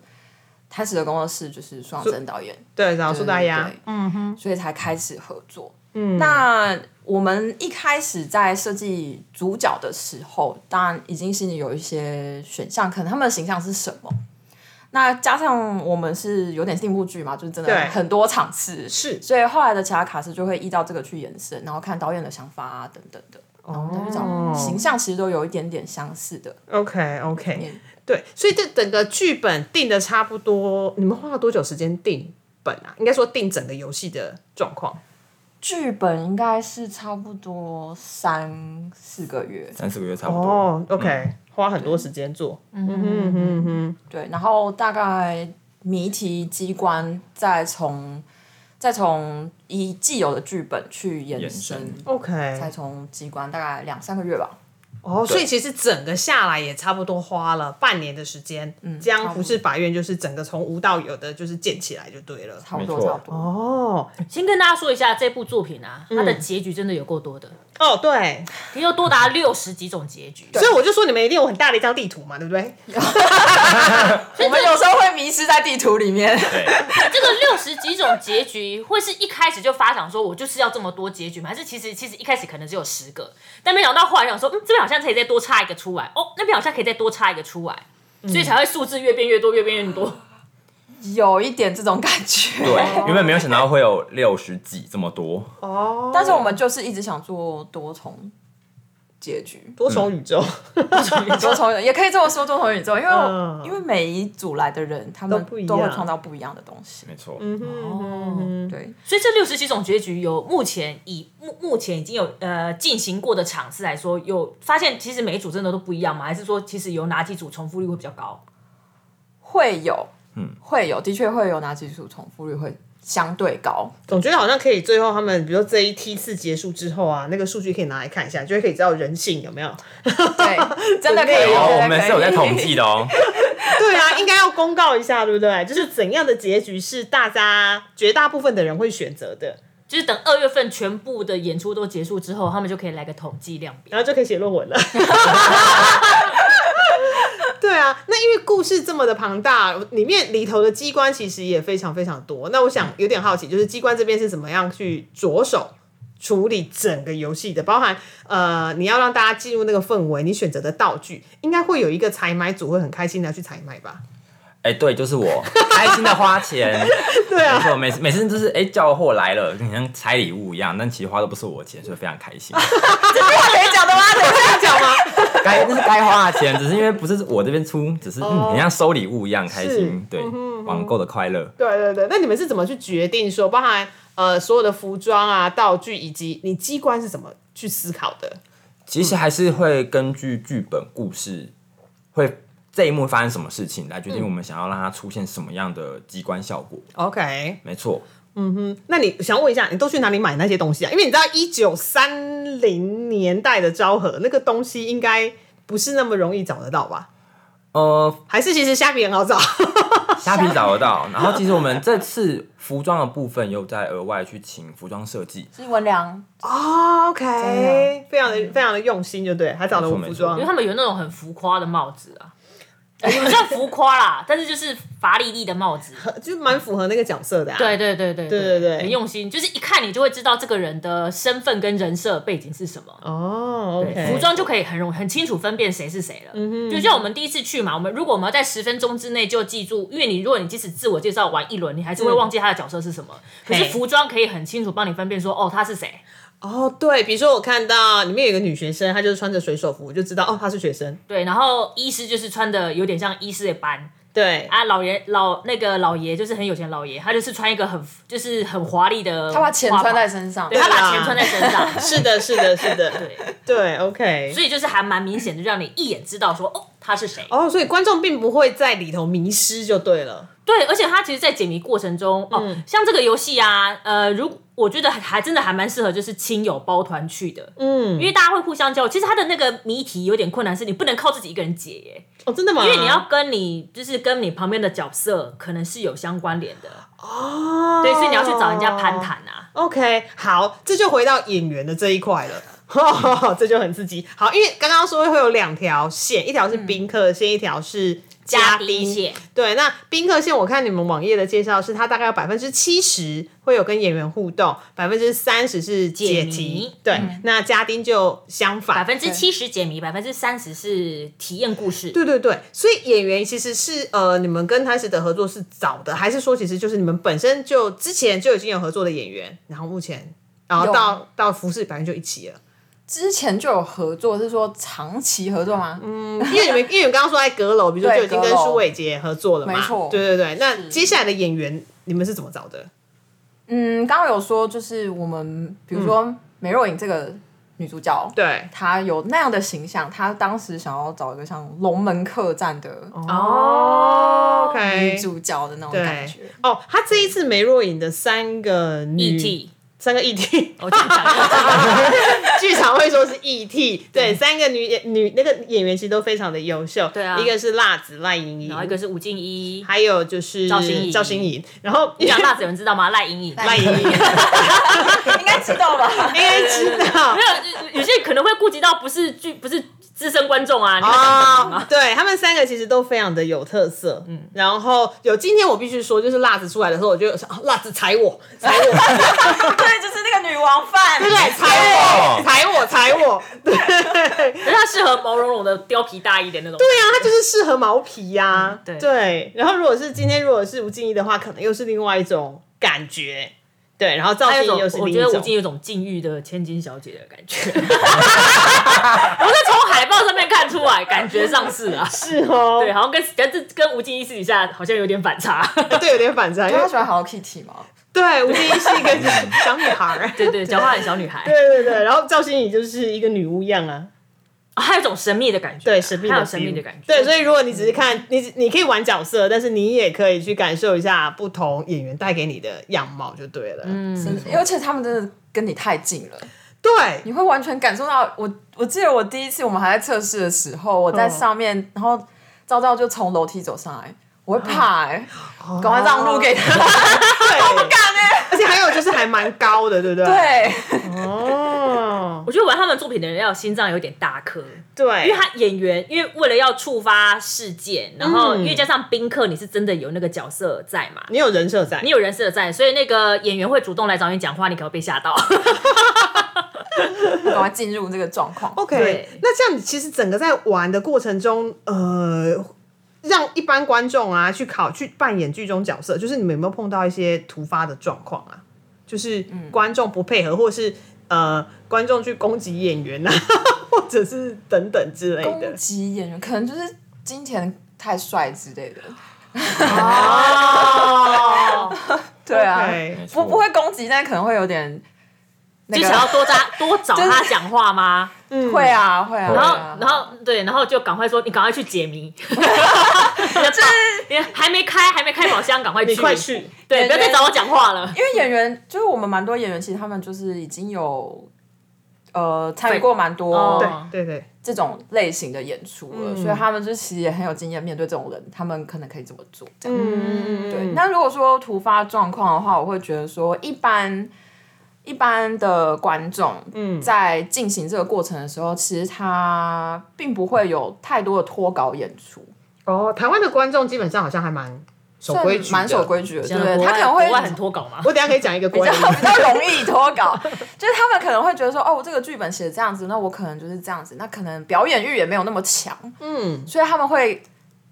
[SPEAKER 4] 开始的工作室，就是双生导演，
[SPEAKER 1] 对，然后
[SPEAKER 4] 对
[SPEAKER 1] 苏大
[SPEAKER 4] 对
[SPEAKER 1] 家
[SPEAKER 4] 对，嗯哼，所以才开始合作。嗯，那我们一开始在设计主角的时候，当然已经心里有一些选项，可能他们的形象是什么。那加上我们是有点定部剧嘛，就是真的
[SPEAKER 1] 对
[SPEAKER 4] 很多场次，
[SPEAKER 1] 是
[SPEAKER 4] 所以后来的其他卡司就会依照这个去延伸，然后看导演的想法啊等等的，
[SPEAKER 1] 哦
[SPEAKER 4] 然后再去找、形象，其实都有一点点相似的。
[SPEAKER 1] OK OK，对，所以这整个剧本定的差不多，你们花了多久时间定本啊？应该说定整个游戏的状况。
[SPEAKER 4] 剧本应该是差不多三四个月，
[SPEAKER 3] 三四个月差不多。
[SPEAKER 1] 哦，OK，、花很多时间做。
[SPEAKER 4] 对，然后大概谜题机关再从再从以既有的剧本去延
[SPEAKER 3] 延
[SPEAKER 4] 伸
[SPEAKER 3] 伸，
[SPEAKER 1] OK，
[SPEAKER 4] 才从机关大概两三个月吧。
[SPEAKER 1] 哦，所以其实整个下来也差不多花了半年的时间，
[SPEAKER 4] 差
[SPEAKER 1] 将
[SPEAKER 4] 不
[SPEAKER 1] 服
[SPEAKER 4] 多
[SPEAKER 1] 饰法院就是整个从无到有的，就是建起来就对了。
[SPEAKER 4] 差不多，
[SPEAKER 3] 没错
[SPEAKER 4] 差不多。
[SPEAKER 1] 哦
[SPEAKER 5] 先跟大家说一下这部作品啊，它
[SPEAKER 1] 嗯
[SPEAKER 5] 的结局真的有够多的，
[SPEAKER 1] 哦，对，
[SPEAKER 5] 听说多达六十几种结局。
[SPEAKER 1] 所以我就说你们一定有很大的一张地图嘛，对不对？
[SPEAKER 4] 我们有时候会迷失在地图里面。
[SPEAKER 3] 对，
[SPEAKER 5] 这个六十几种结局，会是一开始就发想说我就是要这么多结局吗？还是其实其实一开始可能只有十个，但没想到后来想说，嗯，这边好像可以再多插一个出来，哦，嗯那边好像可以再多插一个出来，所以才会数字越变越多，越变越多。
[SPEAKER 4] 有一点这种感 觉。
[SPEAKER 3] 对，原本没有想到会有六十几这么多，
[SPEAKER 1] 哦，
[SPEAKER 4] 但是我们就是一直想做多重结局，
[SPEAKER 1] 多重宇宙，
[SPEAKER 4] 多重也可以这么说多重宇宙，因为我、
[SPEAKER 1] 嗯
[SPEAKER 4] 因为每一组来的人，他们
[SPEAKER 1] 都不一样
[SPEAKER 4] 都会创造不一样的东西。
[SPEAKER 3] 没错，
[SPEAKER 1] 嗯
[SPEAKER 5] 哦，
[SPEAKER 4] 对，
[SPEAKER 5] 所以这六十几种结局有目前以目目前已经有呃进行过的场次来说，有发现其实每一组真的都不一样吗？还是说其实有哪几组重复率会比较高？
[SPEAKER 4] 会有，嗯，会有，的确会有哪几组重复率会相对高。
[SPEAKER 1] 总觉得好像可以最后他们，比如说这一梯次结束之后啊，那个数据可以拿来看一下，就会可以知道人性有没有。
[SPEAKER 4] 对，真的可以，
[SPEAKER 3] 哦，我
[SPEAKER 4] 真的
[SPEAKER 3] 们
[SPEAKER 4] 可以
[SPEAKER 3] 是有在统计 的哦，
[SPEAKER 1] 对 啊，应该要公告一下，对不对？就是怎样的结局是大家绝大部分的人会选择的，
[SPEAKER 5] 就是等二月份全部的演出都结束之后，他们就可以来个统计量表。
[SPEAKER 1] 然后就可以写论文了。对啊，那因为故事这么的庞大，里面里头的机关其实也非常非常多。那我想有点好奇，就是机关这边是怎么样去着手处理整个游戏的？包含呃，你要让大家进入那个氛围，你选择的道具应该会有一个采买组会很开心的去采买吧？
[SPEAKER 3] 哎，对，就是我开心的花钱，
[SPEAKER 1] 对
[SPEAKER 3] 没
[SPEAKER 1] 啊，
[SPEAKER 3] 错，每次每次就是哎叫货来了，你像拆礼物一样，但其实花都不是我钱，所以非常开 心。
[SPEAKER 4] 话可以讲的吗？
[SPEAKER 1] 这样讲吗？
[SPEAKER 3] 该那是该花的钱，只是因为不是我这边出，只是嗯，很像收礼物一样开
[SPEAKER 1] 哦是嗯
[SPEAKER 3] 心，对，网购的快乐。
[SPEAKER 1] 对对对，那你们是怎么去决定说，包含呃所有的服装啊、道具以及你机关是怎么去思考的？
[SPEAKER 3] 其实还是会根据剧本故事，会这一幕发生什么事情来
[SPEAKER 1] 嗯
[SPEAKER 3] 决定我们想要让它出现什么样的机关效果。
[SPEAKER 1] OK，
[SPEAKER 3] 没错，
[SPEAKER 1] 那你想问一下，你都去哪里买那些东西啊？因为你知道一九三零年代的昭和那个东西应该不是那么容易找得到吧？
[SPEAKER 3] 呃，
[SPEAKER 1] 还是其实虾皮很好找？
[SPEAKER 3] 虾皮找得到，然后其实我们这次服装的部分又在额外去请服装设计，
[SPEAKER 4] 是文良，
[SPEAKER 1] 哦
[SPEAKER 4] 真
[SPEAKER 1] ，OK，非常的非常的用心，就对，还找了我
[SPEAKER 3] 没错
[SPEAKER 1] 服
[SPEAKER 3] 没错
[SPEAKER 1] 装
[SPEAKER 5] 因为。他们有那种很浮夸的帽子啊，也不算浮夸啦，但是就是乏力力的帽子。
[SPEAKER 1] 就蛮符合那个角色的、啊，
[SPEAKER 5] 对对对对对
[SPEAKER 1] 对对
[SPEAKER 5] 很用心，就是一看你就会知道这个人的身份跟人设背景是什么。
[SPEAKER 1] 哦，OK，
[SPEAKER 5] 服装就可以很容很清楚分辨谁是谁了。
[SPEAKER 1] 嗯
[SPEAKER 5] 就像我们第一次去嘛，我们如果我们要在十分钟之内就记住，因为你如果你即使自我介绍完一轮，你还是会忘记他的角色是什么。可是
[SPEAKER 1] 嘿
[SPEAKER 5] 服装可以很清楚帮你分辨说，哦，他是谁。
[SPEAKER 1] 哦，对，比如说我看到里面有一个女学生，她就是穿着水手服，我就知道哦，她是学生。
[SPEAKER 5] 对，然后医师就是穿的有点像医师的班，
[SPEAKER 1] 对，
[SPEAKER 5] 啊，老爷老那个老爷就是很有钱老爷，他就是穿一个很就是很华丽的，
[SPEAKER 4] 他把钱穿在，身上，
[SPEAKER 5] 对他
[SPEAKER 1] 对啊
[SPEAKER 5] 把钱穿在身上，
[SPEAKER 1] 是的，是的，是的，
[SPEAKER 5] 对，
[SPEAKER 1] 对，OK。
[SPEAKER 5] 所以就是还蛮明显的，让你一眼知道说哦他是谁。
[SPEAKER 1] 哦，所以观众并不会在里头迷失就对了。
[SPEAKER 5] 对，而且他其实，在解谜过程中，哦，
[SPEAKER 1] 嗯
[SPEAKER 5] 像这个游戏啊，呃，如我觉得还还真的还蛮适合就是亲友包团去的，嗯，因为大家会互相交流。其实他的那个谜题有点困难，是你不能靠自己一个人解耶，
[SPEAKER 1] 哦，真的吗？
[SPEAKER 5] 因为你要跟你就是跟你旁边的角色可能是有相关联的，
[SPEAKER 1] 哦，
[SPEAKER 5] 对，所以你要去找人家攀。谈啊。
[SPEAKER 1] OK，好，这就回到演员的这一块了。 这就很刺激。好，因为刚刚说会有两条线，一条是宾客线，一条是嘉
[SPEAKER 5] 宾线，
[SPEAKER 1] 对，那宾客线，我看你们网页的介绍是，它大概有百分之七十会有跟演员互动，百分之三十是解
[SPEAKER 5] 解
[SPEAKER 1] 题
[SPEAKER 5] 谜。嗯
[SPEAKER 1] 对，那家丁就相
[SPEAKER 5] 百
[SPEAKER 1] 反，
[SPEAKER 5] 分之七十解谜，百分之三十是体验故事。
[SPEAKER 1] 对对对，所以演员其实是呃，你们跟开始的合作是早的，还是说其实就是你们本身就之前就已经有合作的演员，然后目前然后
[SPEAKER 4] 有
[SPEAKER 1] 到到服饰百分就一起了？
[SPEAKER 4] 之前就有合作，是说长期合作吗？嗯，
[SPEAKER 1] 因为你们因为你们刚刚说在阁楼，比如说
[SPEAKER 4] 对
[SPEAKER 1] 就已经跟
[SPEAKER 4] 阁楼
[SPEAKER 1] 舒伟杰合作了嘛，
[SPEAKER 4] 没错
[SPEAKER 1] 对对对，那接下来的演员你们是怎么找的？
[SPEAKER 4] 嗯刚刚有说就是我们，比如说梅若影这个女主角，
[SPEAKER 1] 对，
[SPEAKER 4] 她有那样的形象，她当时想要找一个像龙门客栈的
[SPEAKER 1] 哦
[SPEAKER 4] 女
[SPEAKER 1] ，OK，
[SPEAKER 4] 主角的那种感
[SPEAKER 1] 对
[SPEAKER 4] 觉。，
[SPEAKER 1] 哦，他这一次梅若影的三个女
[SPEAKER 5] E.T.
[SPEAKER 1] 三个 ET，
[SPEAKER 5] E 我这样讲，
[SPEAKER 1] 剧场会说是 ET，对，三个女演女那个演员其实都非常的优秀，
[SPEAKER 5] 对啊
[SPEAKER 1] 一个是辣子赖莹莹
[SPEAKER 5] 然后，一个是吴静一，
[SPEAKER 1] 还有就是
[SPEAKER 5] 赵心颖
[SPEAKER 1] 赵心颖，然后
[SPEAKER 5] 你讲辣子有人知道吗？赖莹莹，
[SPEAKER 1] 赖莹 莹
[SPEAKER 4] 应该知道吧？
[SPEAKER 1] 应该知道
[SPEAKER 5] 没。有，有有些可能会顾及到不是剧，不是资深观众啊，你们懂
[SPEAKER 1] 哦
[SPEAKER 5] 吗？，
[SPEAKER 1] 对他们三个其实都非常的有特色，嗯，然后有今天我必须说，就是辣子出来的时候，我就有想，啊辣子踩我，踩 我，
[SPEAKER 4] 对，就是那个女王范，
[SPEAKER 1] 对，踩我，踩我，踩我，对，
[SPEAKER 5] 可是它适合毛茸茸的貂皮大衣的那种。对
[SPEAKER 1] 对啊，它就是适合毛皮呀、
[SPEAKER 5] 嗯对
[SPEAKER 1] 然后如果是今天如果是吴静怡的话，可能又是另外一种感觉。对，然后赵
[SPEAKER 5] 还有
[SPEAKER 1] 信颖
[SPEAKER 5] 一种
[SPEAKER 1] 又是，
[SPEAKER 5] 我
[SPEAKER 1] 另一
[SPEAKER 5] 觉得
[SPEAKER 1] 种。
[SPEAKER 5] 吴京有一种禁欲的千金小姐的感 觉，我是从海报上面看出来，感觉上是啊，
[SPEAKER 1] 是哦，
[SPEAKER 5] 对，好像跟跟这跟吴京一私底下好像有点反差，
[SPEAKER 1] 对，有点反差。因
[SPEAKER 4] 她
[SPEAKER 1] 为
[SPEAKER 4] 喜欢 Hello Kitty 吗？
[SPEAKER 1] 对，吴静怡是一个小女孩儿，
[SPEAKER 5] 对对，讲话很小女孩，
[SPEAKER 1] 对对对，然后赵信颖就是一个女巫样啊，
[SPEAKER 5] 啊还有一种神秘的感觉，
[SPEAKER 1] 对，神秘的
[SPEAKER 5] 还有神秘
[SPEAKER 1] feel
[SPEAKER 5] 的感觉，
[SPEAKER 1] 对，所以如果你只是看你，你可以玩角色，但是你也可以去感受一下不同演员带给你的样貌就对了。嗯，
[SPEAKER 4] 而且他们真的跟你太近了。
[SPEAKER 1] 对，
[SPEAKER 4] 你会完全感受到我。我记得我第一次我们还在测试的时候，我在上面，然后赵赵就从楼梯走上来，我会怕哎、赶快让路给他。
[SPEAKER 5] 欸
[SPEAKER 1] 对，而且还有就是还蛮高的，对不对？，
[SPEAKER 4] 对，
[SPEAKER 1] 哦，
[SPEAKER 5] 我觉得玩他们作品的人要有心脏有点大颗，
[SPEAKER 1] 对，
[SPEAKER 5] 因为他演员，因为为了要触发事件，然
[SPEAKER 1] 嗯
[SPEAKER 5] 后因为加上宾客，你是真的有那个角色在嘛，
[SPEAKER 1] 你有人设在
[SPEAKER 5] 你，有人设在，所以那个演员会主动来找你讲话，你可能会被吓到。
[SPEAKER 4] 赶快进入这个状况。
[SPEAKER 1] OK，
[SPEAKER 5] 对
[SPEAKER 1] 那这样你其实整个在玩的过程中，呃，让一般观众啊去考去扮演剧中角色，就是你们有没有碰到一些突发的状况啊？就是观众不配合，或是呃观众去攻击演员啊， 或者是等等之类
[SPEAKER 4] 攻
[SPEAKER 1] 的。
[SPEAKER 4] 击演员可能就是金钱太帅之类的。
[SPEAKER 5] 哦，
[SPEAKER 4] 对啊
[SPEAKER 1] OK
[SPEAKER 3] 没错
[SPEAKER 4] 不不会攻击，但可能会有点、那
[SPEAKER 5] 就
[SPEAKER 4] 个。
[SPEAKER 5] 想要多 扎多找他讲话吗？
[SPEAKER 4] 会啊会啊。
[SPEAKER 5] 然后
[SPEAKER 4] 会啊，
[SPEAKER 5] 然后对，然后就赶快说，你赶快去解 谜，你还没开，还没开宝箱，赶快去，
[SPEAKER 1] 你快去，
[SPEAKER 5] 对，不要再找我讲话了。
[SPEAKER 4] 因为演员就是我们蛮多演员，其实他们就是已经有呃参与过蛮多
[SPEAKER 5] 哦
[SPEAKER 1] 对对对，
[SPEAKER 4] 这种类型的演出
[SPEAKER 1] 嗯
[SPEAKER 4] 了，所以他们就其实也很有经验，面对这种人，他们可能可以怎么做这样。
[SPEAKER 1] 嗯
[SPEAKER 4] 对，那如果说突发状况的话，我会觉得说一般。一般的观众，嗯，在进行这个过程的时候，其实他并不会有太多的脱稿演出，
[SPEAKER 1] 哦，台湾的观众基本上好像还蛮守规矩的，
[SPEAKER 4] 蛮守规矩的，对不
[SPEAKER 5] 国外
[SPEAKER 4] 对？他可能会
[SPEAKER 5] 国外很脱稿嘛，
[SPEAKER 1] 我等一下可以讲一个国
[SPEAKER 4] 比
[SPEAKER 1] 外
[SPEAKER 4] 较
[SPEAKER 1] 的例
[SPEAKER 4] 比较容易脱稿，就是他们可能会觉得说，哦，我这个剧本写这样子，那我可能就是这样子，那可能表演欲也没有那么强，
[SPEAKER 1] 嗯，
[SPEAKER 4] 所以他们会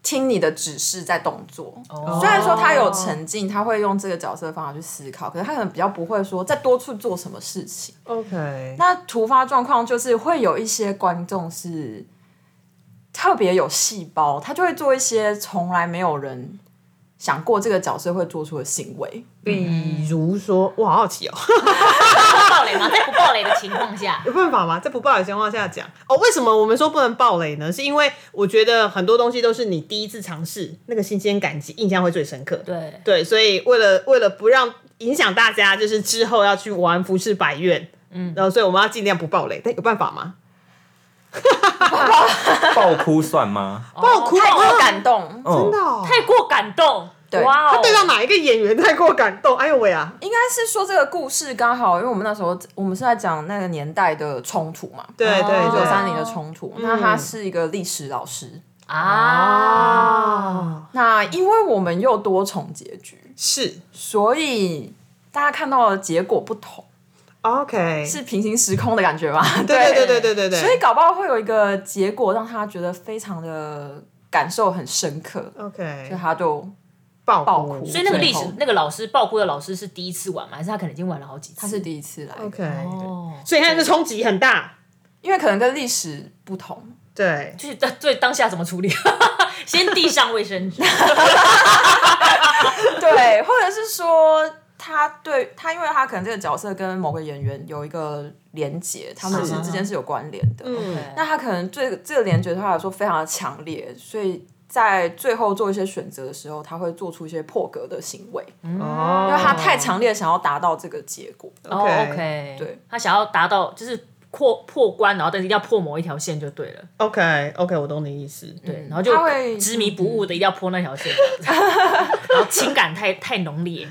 [SPEAKER 4] 听你的指示在动作。虽然说他有沉浸，他会用这个角色的方法去思考，可是他可能比较不会说再多去做什么事情。
[SPEAKER 1] OK，
[SPEAKER 4] 那突发状况就是会有一些观众是特别有细胞，他就会做一些从来没有人想过这个角色会做出的行为。
[SPEAKER 1] 比如说，我好好奇哦，
[SPEAKER 5] 不爆雷嘛，在不爆雷的情况下，
[SPEAKER 1] 有办法吗？在不暴雷的情况下讲哦，为什么我们说不能暴雷呢？是因为我觉得很多东西都是你第一次尝试，那个新鲜感及印象会最深刻。
[SPEAKER 5] 对，
[SPEAKER 1] 对，所以为了为了不让影响大家，就是之后要去玩服饰百院，嗯，然后所以我们要尽量不暴雷，但有办法吗？
[SPEAKER 3] 爆哭算吗？
[SPEAKER 1] 爆哭
[SPEAKER 4] 太
[SPEAKER 1] 哦
[SPEAKER 4] 有感动，
[SPEAKER 1] 真
[SPEAKER 3] 真
[SPEAKER 1] 的、哦，
[SPEAKER 5] 太过感动，
[SPEAKER 4] 对
[SPEAKER 5] 哇哦，
[SPEAKER 1] 他对到哪一个演员太过感动？哎呦喂啊！
[SPEAKER 4] 应该是说这个故事刚好，因为我们那时候我们是在讲那个年代的冲突嘛，
[SPEAKER 1] 对嗯对
[SPEAKER 4] 一九
[SPEAKER 1] 对
[SPEAKER 4] 三零的冲突。那他是一个历史老师，
[SPEAKER 1] 哦
[SPEAKER 4] 哦
[SPEAKER 5] 啊，
[SPEAKER 4] 那因为我们又多重结局，
[SPEAKER 1] 是
[SPEAKER 4] 所以大家看到的结果不同，
[SPEAKER 1] OK，
[SPEAKER 4] 是平行时空的感觉嘛？
[SPEAKER 1] 对对对对对对对，
[SPEAKER 4] 所以搞不好会有一个结果让他觉得非常的感受很深刻，所
[SPEAKER 1] OK
[SPEAKER 4] 以他就
[SPEAKER 1] 爆
[SPEAKER 4] 爆
[SPEAKER 1] 哭
[SPEAKER 4] 哭
[SPEAKER 5] 所以那个历
[SPEAKER 4] 最
[SPEAKER 5] 史
[SPEAKER 4] 后
[SPEAKER 5] 那个老师爆哭的老师是第一次玩吗？还是他可能已经玩了好几次？
[SPEAKER 4] 他是第一次来，
[SPEAKER 1] OK，、
[SPEAKER 5] 哦，
[SPEAKER 1] 所以他的冲击很大。
[SPEAKER 4] 因为可能跟历史不同，
[SPEAKER 1] 对，
[SPEAKER 5] 就是当对当下怎么处理？ 先递上卫生纸，
[SPEAKER 4] 对，或者是说他他对他，因为他可能这个角色跟某个演员有一个连结，他们
[SPEAKER 3] 是
[SPEAKER 4] 是之间是有关联的。
[SPEAKER 1] 嗯
[SPEAKER 4] 那他可能对这个联觉对他来说非常的强烈，所以在最后做一些选择的时候，他会做出一些破格的行为，
[SPEAKER 1] 哦，
[SPEAKER 4] 嗯因为他太强烈想要达到这个结果。
[SPEAKER 5] 哦 OK，
[SPEAKER 4] 对，
[SPEAKER 5] 他想要达到就是破破关，然后但是一定要破某一条线就对了，
[SPEAKER 1] OK OK，我懂你的意思。
[SPEAKER 5] 对，
[SPEAKER 4] 嗯
[SPEAKER 5] 然后就
[SPEAKER 4] 他会嗯
[SPEAKER 5] 执迷不悟的一定要破那条线，这样子 然后情感太太浓烈。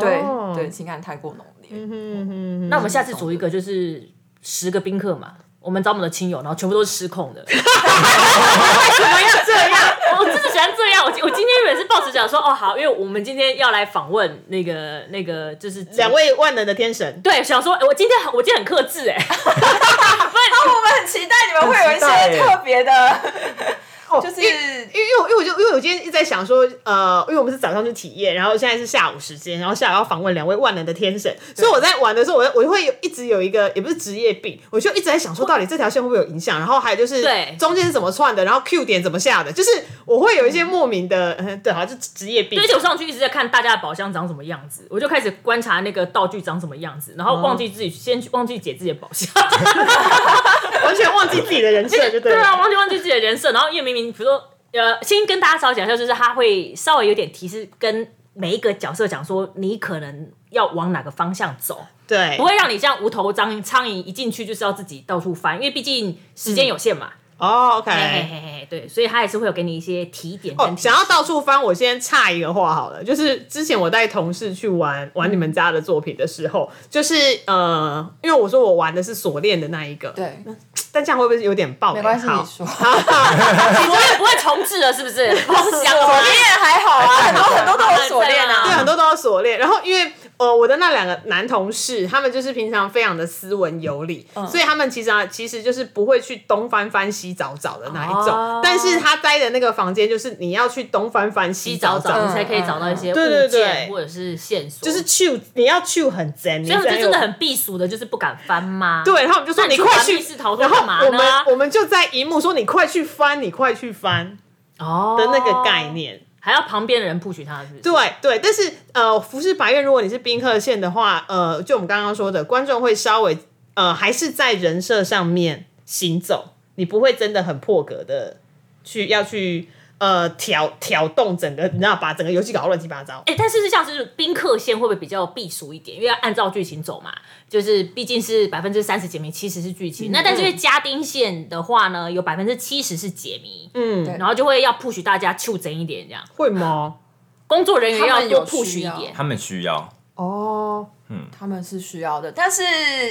[SPEAKER 4] 对
[SPEAKER 1] 哦
[SPEAKER 4] 对，情感太过浓烈。
[SPEAKER 1] 嗯
[SPEAKER 5] 那我们下次组一个就是十个宾客嘛，我们找我们的亲友，然后全部都是失控 的。为什么要这样？我真的喜欢这样。我我今天原本是抱持讲说，哦好，因为我们今天要来访问那个那个就是
[SPEAKER 1] 两。位万能的天神，
[SPEAKER 5] 对，想说，哎我今天很我今天很克制 哎，
[SPEAKER 4] 那哦我们很期待你们会有
[SPEAKER 3] 很
[SPEAKER 4] 一
[SPEAKER 3] 期
[SPEAKER 4] 些
[SPEAKER 3] 待耶
[SPEAKER 4] 特别的，就是
[SPEAKER 1] 因为因为我因为我就因为我今天一直在想说，呃，因为我们是早上去体验，然后现在是下午时间，然后下午要访问两位万能的天神，所以我在玩的时候，我我就会有一直有一个也不是职业病，我就一直在想说，到底这条线会不会有影响？然后还有就是
[SPEAKER 5] 对
[SPEAKER 1] 中间是怎么串的，然后 Q 点怎么下的，就是我会有一些莫名的，嗯，对，好像就职业病
[SPEAKER 5] 对而。且我上去一直在看大家的宝箱长什么样子，我就开始观察那个道具长什么样子，然后忘记
[SPEAKER 1] 哦
[SPEAKER 5] 自己、先去忘记解自己的宝箱，
[SPEAKER 1] 完全忘记自己的人设，就对
[SPEAKER 5] 对
[SPEAKER 1] 了。
[SPEAKER 5] 啊，忘记忘记自己的人设，然后因为明明比如说呃，先跟大家稍微讲一下，就是他会稍微有点提示跟每一个角色讲说你可能要往哪个方向走，
[SPEAKER 1] 对
[SPEAKER 5] 不，会让你像无头苍苍蝇一进去就是要自己到处翻，因为毕竟时间有限嘛。
[SPEAKER 1] 哦
[SPEAKER 5] 嘿嘿
[SPEAKER 1] ，OK。
[SPEAKER 5] 嘿嘿，对，所以他也是会有给你一些提点跟
[SPEAKER 1] 哦
[SPEAKER 5] 提，示
[SPEAKER 1] 想要到处翻，我先插一个话好了，就是之前我带同事去玩玩你们家的作品的时候，就是呃，因为我说我玩的是锁链的那一个，，
[SPEAKER 4] 对，
[SPEAKER 1] 但这样会不会有点爆？
[SPEAKER 4] 没关系，
[SPEAKER 1] 好
[SPEAKER 4] 你说。
[SPEAKER 5] 你昨天不会重置了是不是？好想
[SPEAKER 4] 锁
[SPEAKER 5] 啊！
[SPEAKER 4] 链还好啊，很多很多都有锁链
[SPEAKER 5] 对
[SPEAKER 1] 对，
[SPEAKER 5] 啊
[SPEAKER 4] 啊。
[SPEAKER 1] 很多都要锁链。然后因为呃，我的那两个男同事，他们就是平常非常的斯文有礼，
[SPEAKER 5] 嗯
[SPEAKER 1] 所以他们其实啊，其实就是不会去东翻翻西找找的那一种。
[SPEAKER 5] 哦
[SPEAKER 1] 但是他待的那个房间，就是你要去东翻翻西
[SPEAKER 5] 一
[SPEAKER 1] 找找，
[SPEAKER 5] 找找你
[SPEAKER 4] 嗯
[SPEAKER 5] 才可以找到一些物
[SPEAKER 1] 对对对
[SPEAKER 5] 件或者是线索，
[SPEAKER 1] 就是去你要去很真，
[SPEAKER 5] 所以他们
[SPEAKER 1] 才
[SPEAKER 5] 就
[SPEAKER 1] 有
[SPEAKER 5] 真的很避暑的，就是不敢翻吗？
[SPEAKER 1] 对，然后我们就说
[SPEAKER 5] 那你去
[SPEAKER 1] 快
[SPEAKER 5] 玩
[SPEAKER 1] 去
[SPEAKER 5] 密室逃脱
[SPEAKER 1] 然后
[SPEAKER 5] 干嘛
[SPEAKER 1] 我们
[SPEAKER 5] 呢
[SPEAKER 1] 我们就在荧幕说你快去翻，你快去翻
[SPEAKER 5] 哦
[SPEAKER 1] 的那个概，念。
[SPEAKER 5] 还要旁边的人 push 他，是不是？
[SPEAKER 1] 对对，但是呃，服饰白月，如果你是宾客线的话，呃，就我们刚刚说的，观众会稍微呃，还是在人设上面行走，你不会真的很破格的去要去呃挑挑动整个，你知道把整个游戏搞得乱七八糟。
[SPEAKER 5] 哎、但是是像是宾客线会不会比较避暑一点？因为要按照剧情走嘛，就是毕竟是百分之三十解谜，七十是剧
[SPEAKER 4] 嗯
[SPEAKER 5] 情。那但是因为家丁线的话呢，有百分之七十是解谜，
[SPEAKER 1] 嗯，
[SPEAKER 4] 对
[SPEAKER 5] 然后就会要 push 大家求真一点，这样
[SPEAKER 1] 会吗？
[SPEAKER 5] 工作人员
[SPEAKER 4] 他
[SPEAKER 5] 要
[SPEAKER 4] 们有
[SPEAKER 5] 多 push
[SPEAKER 4] 需要
[SPEAKER 5] 一点。
[SPEAKER 3] 他们需 要
[SPEAKER 1] 哦，
[SPEAKER 4] 他们是需要的，但是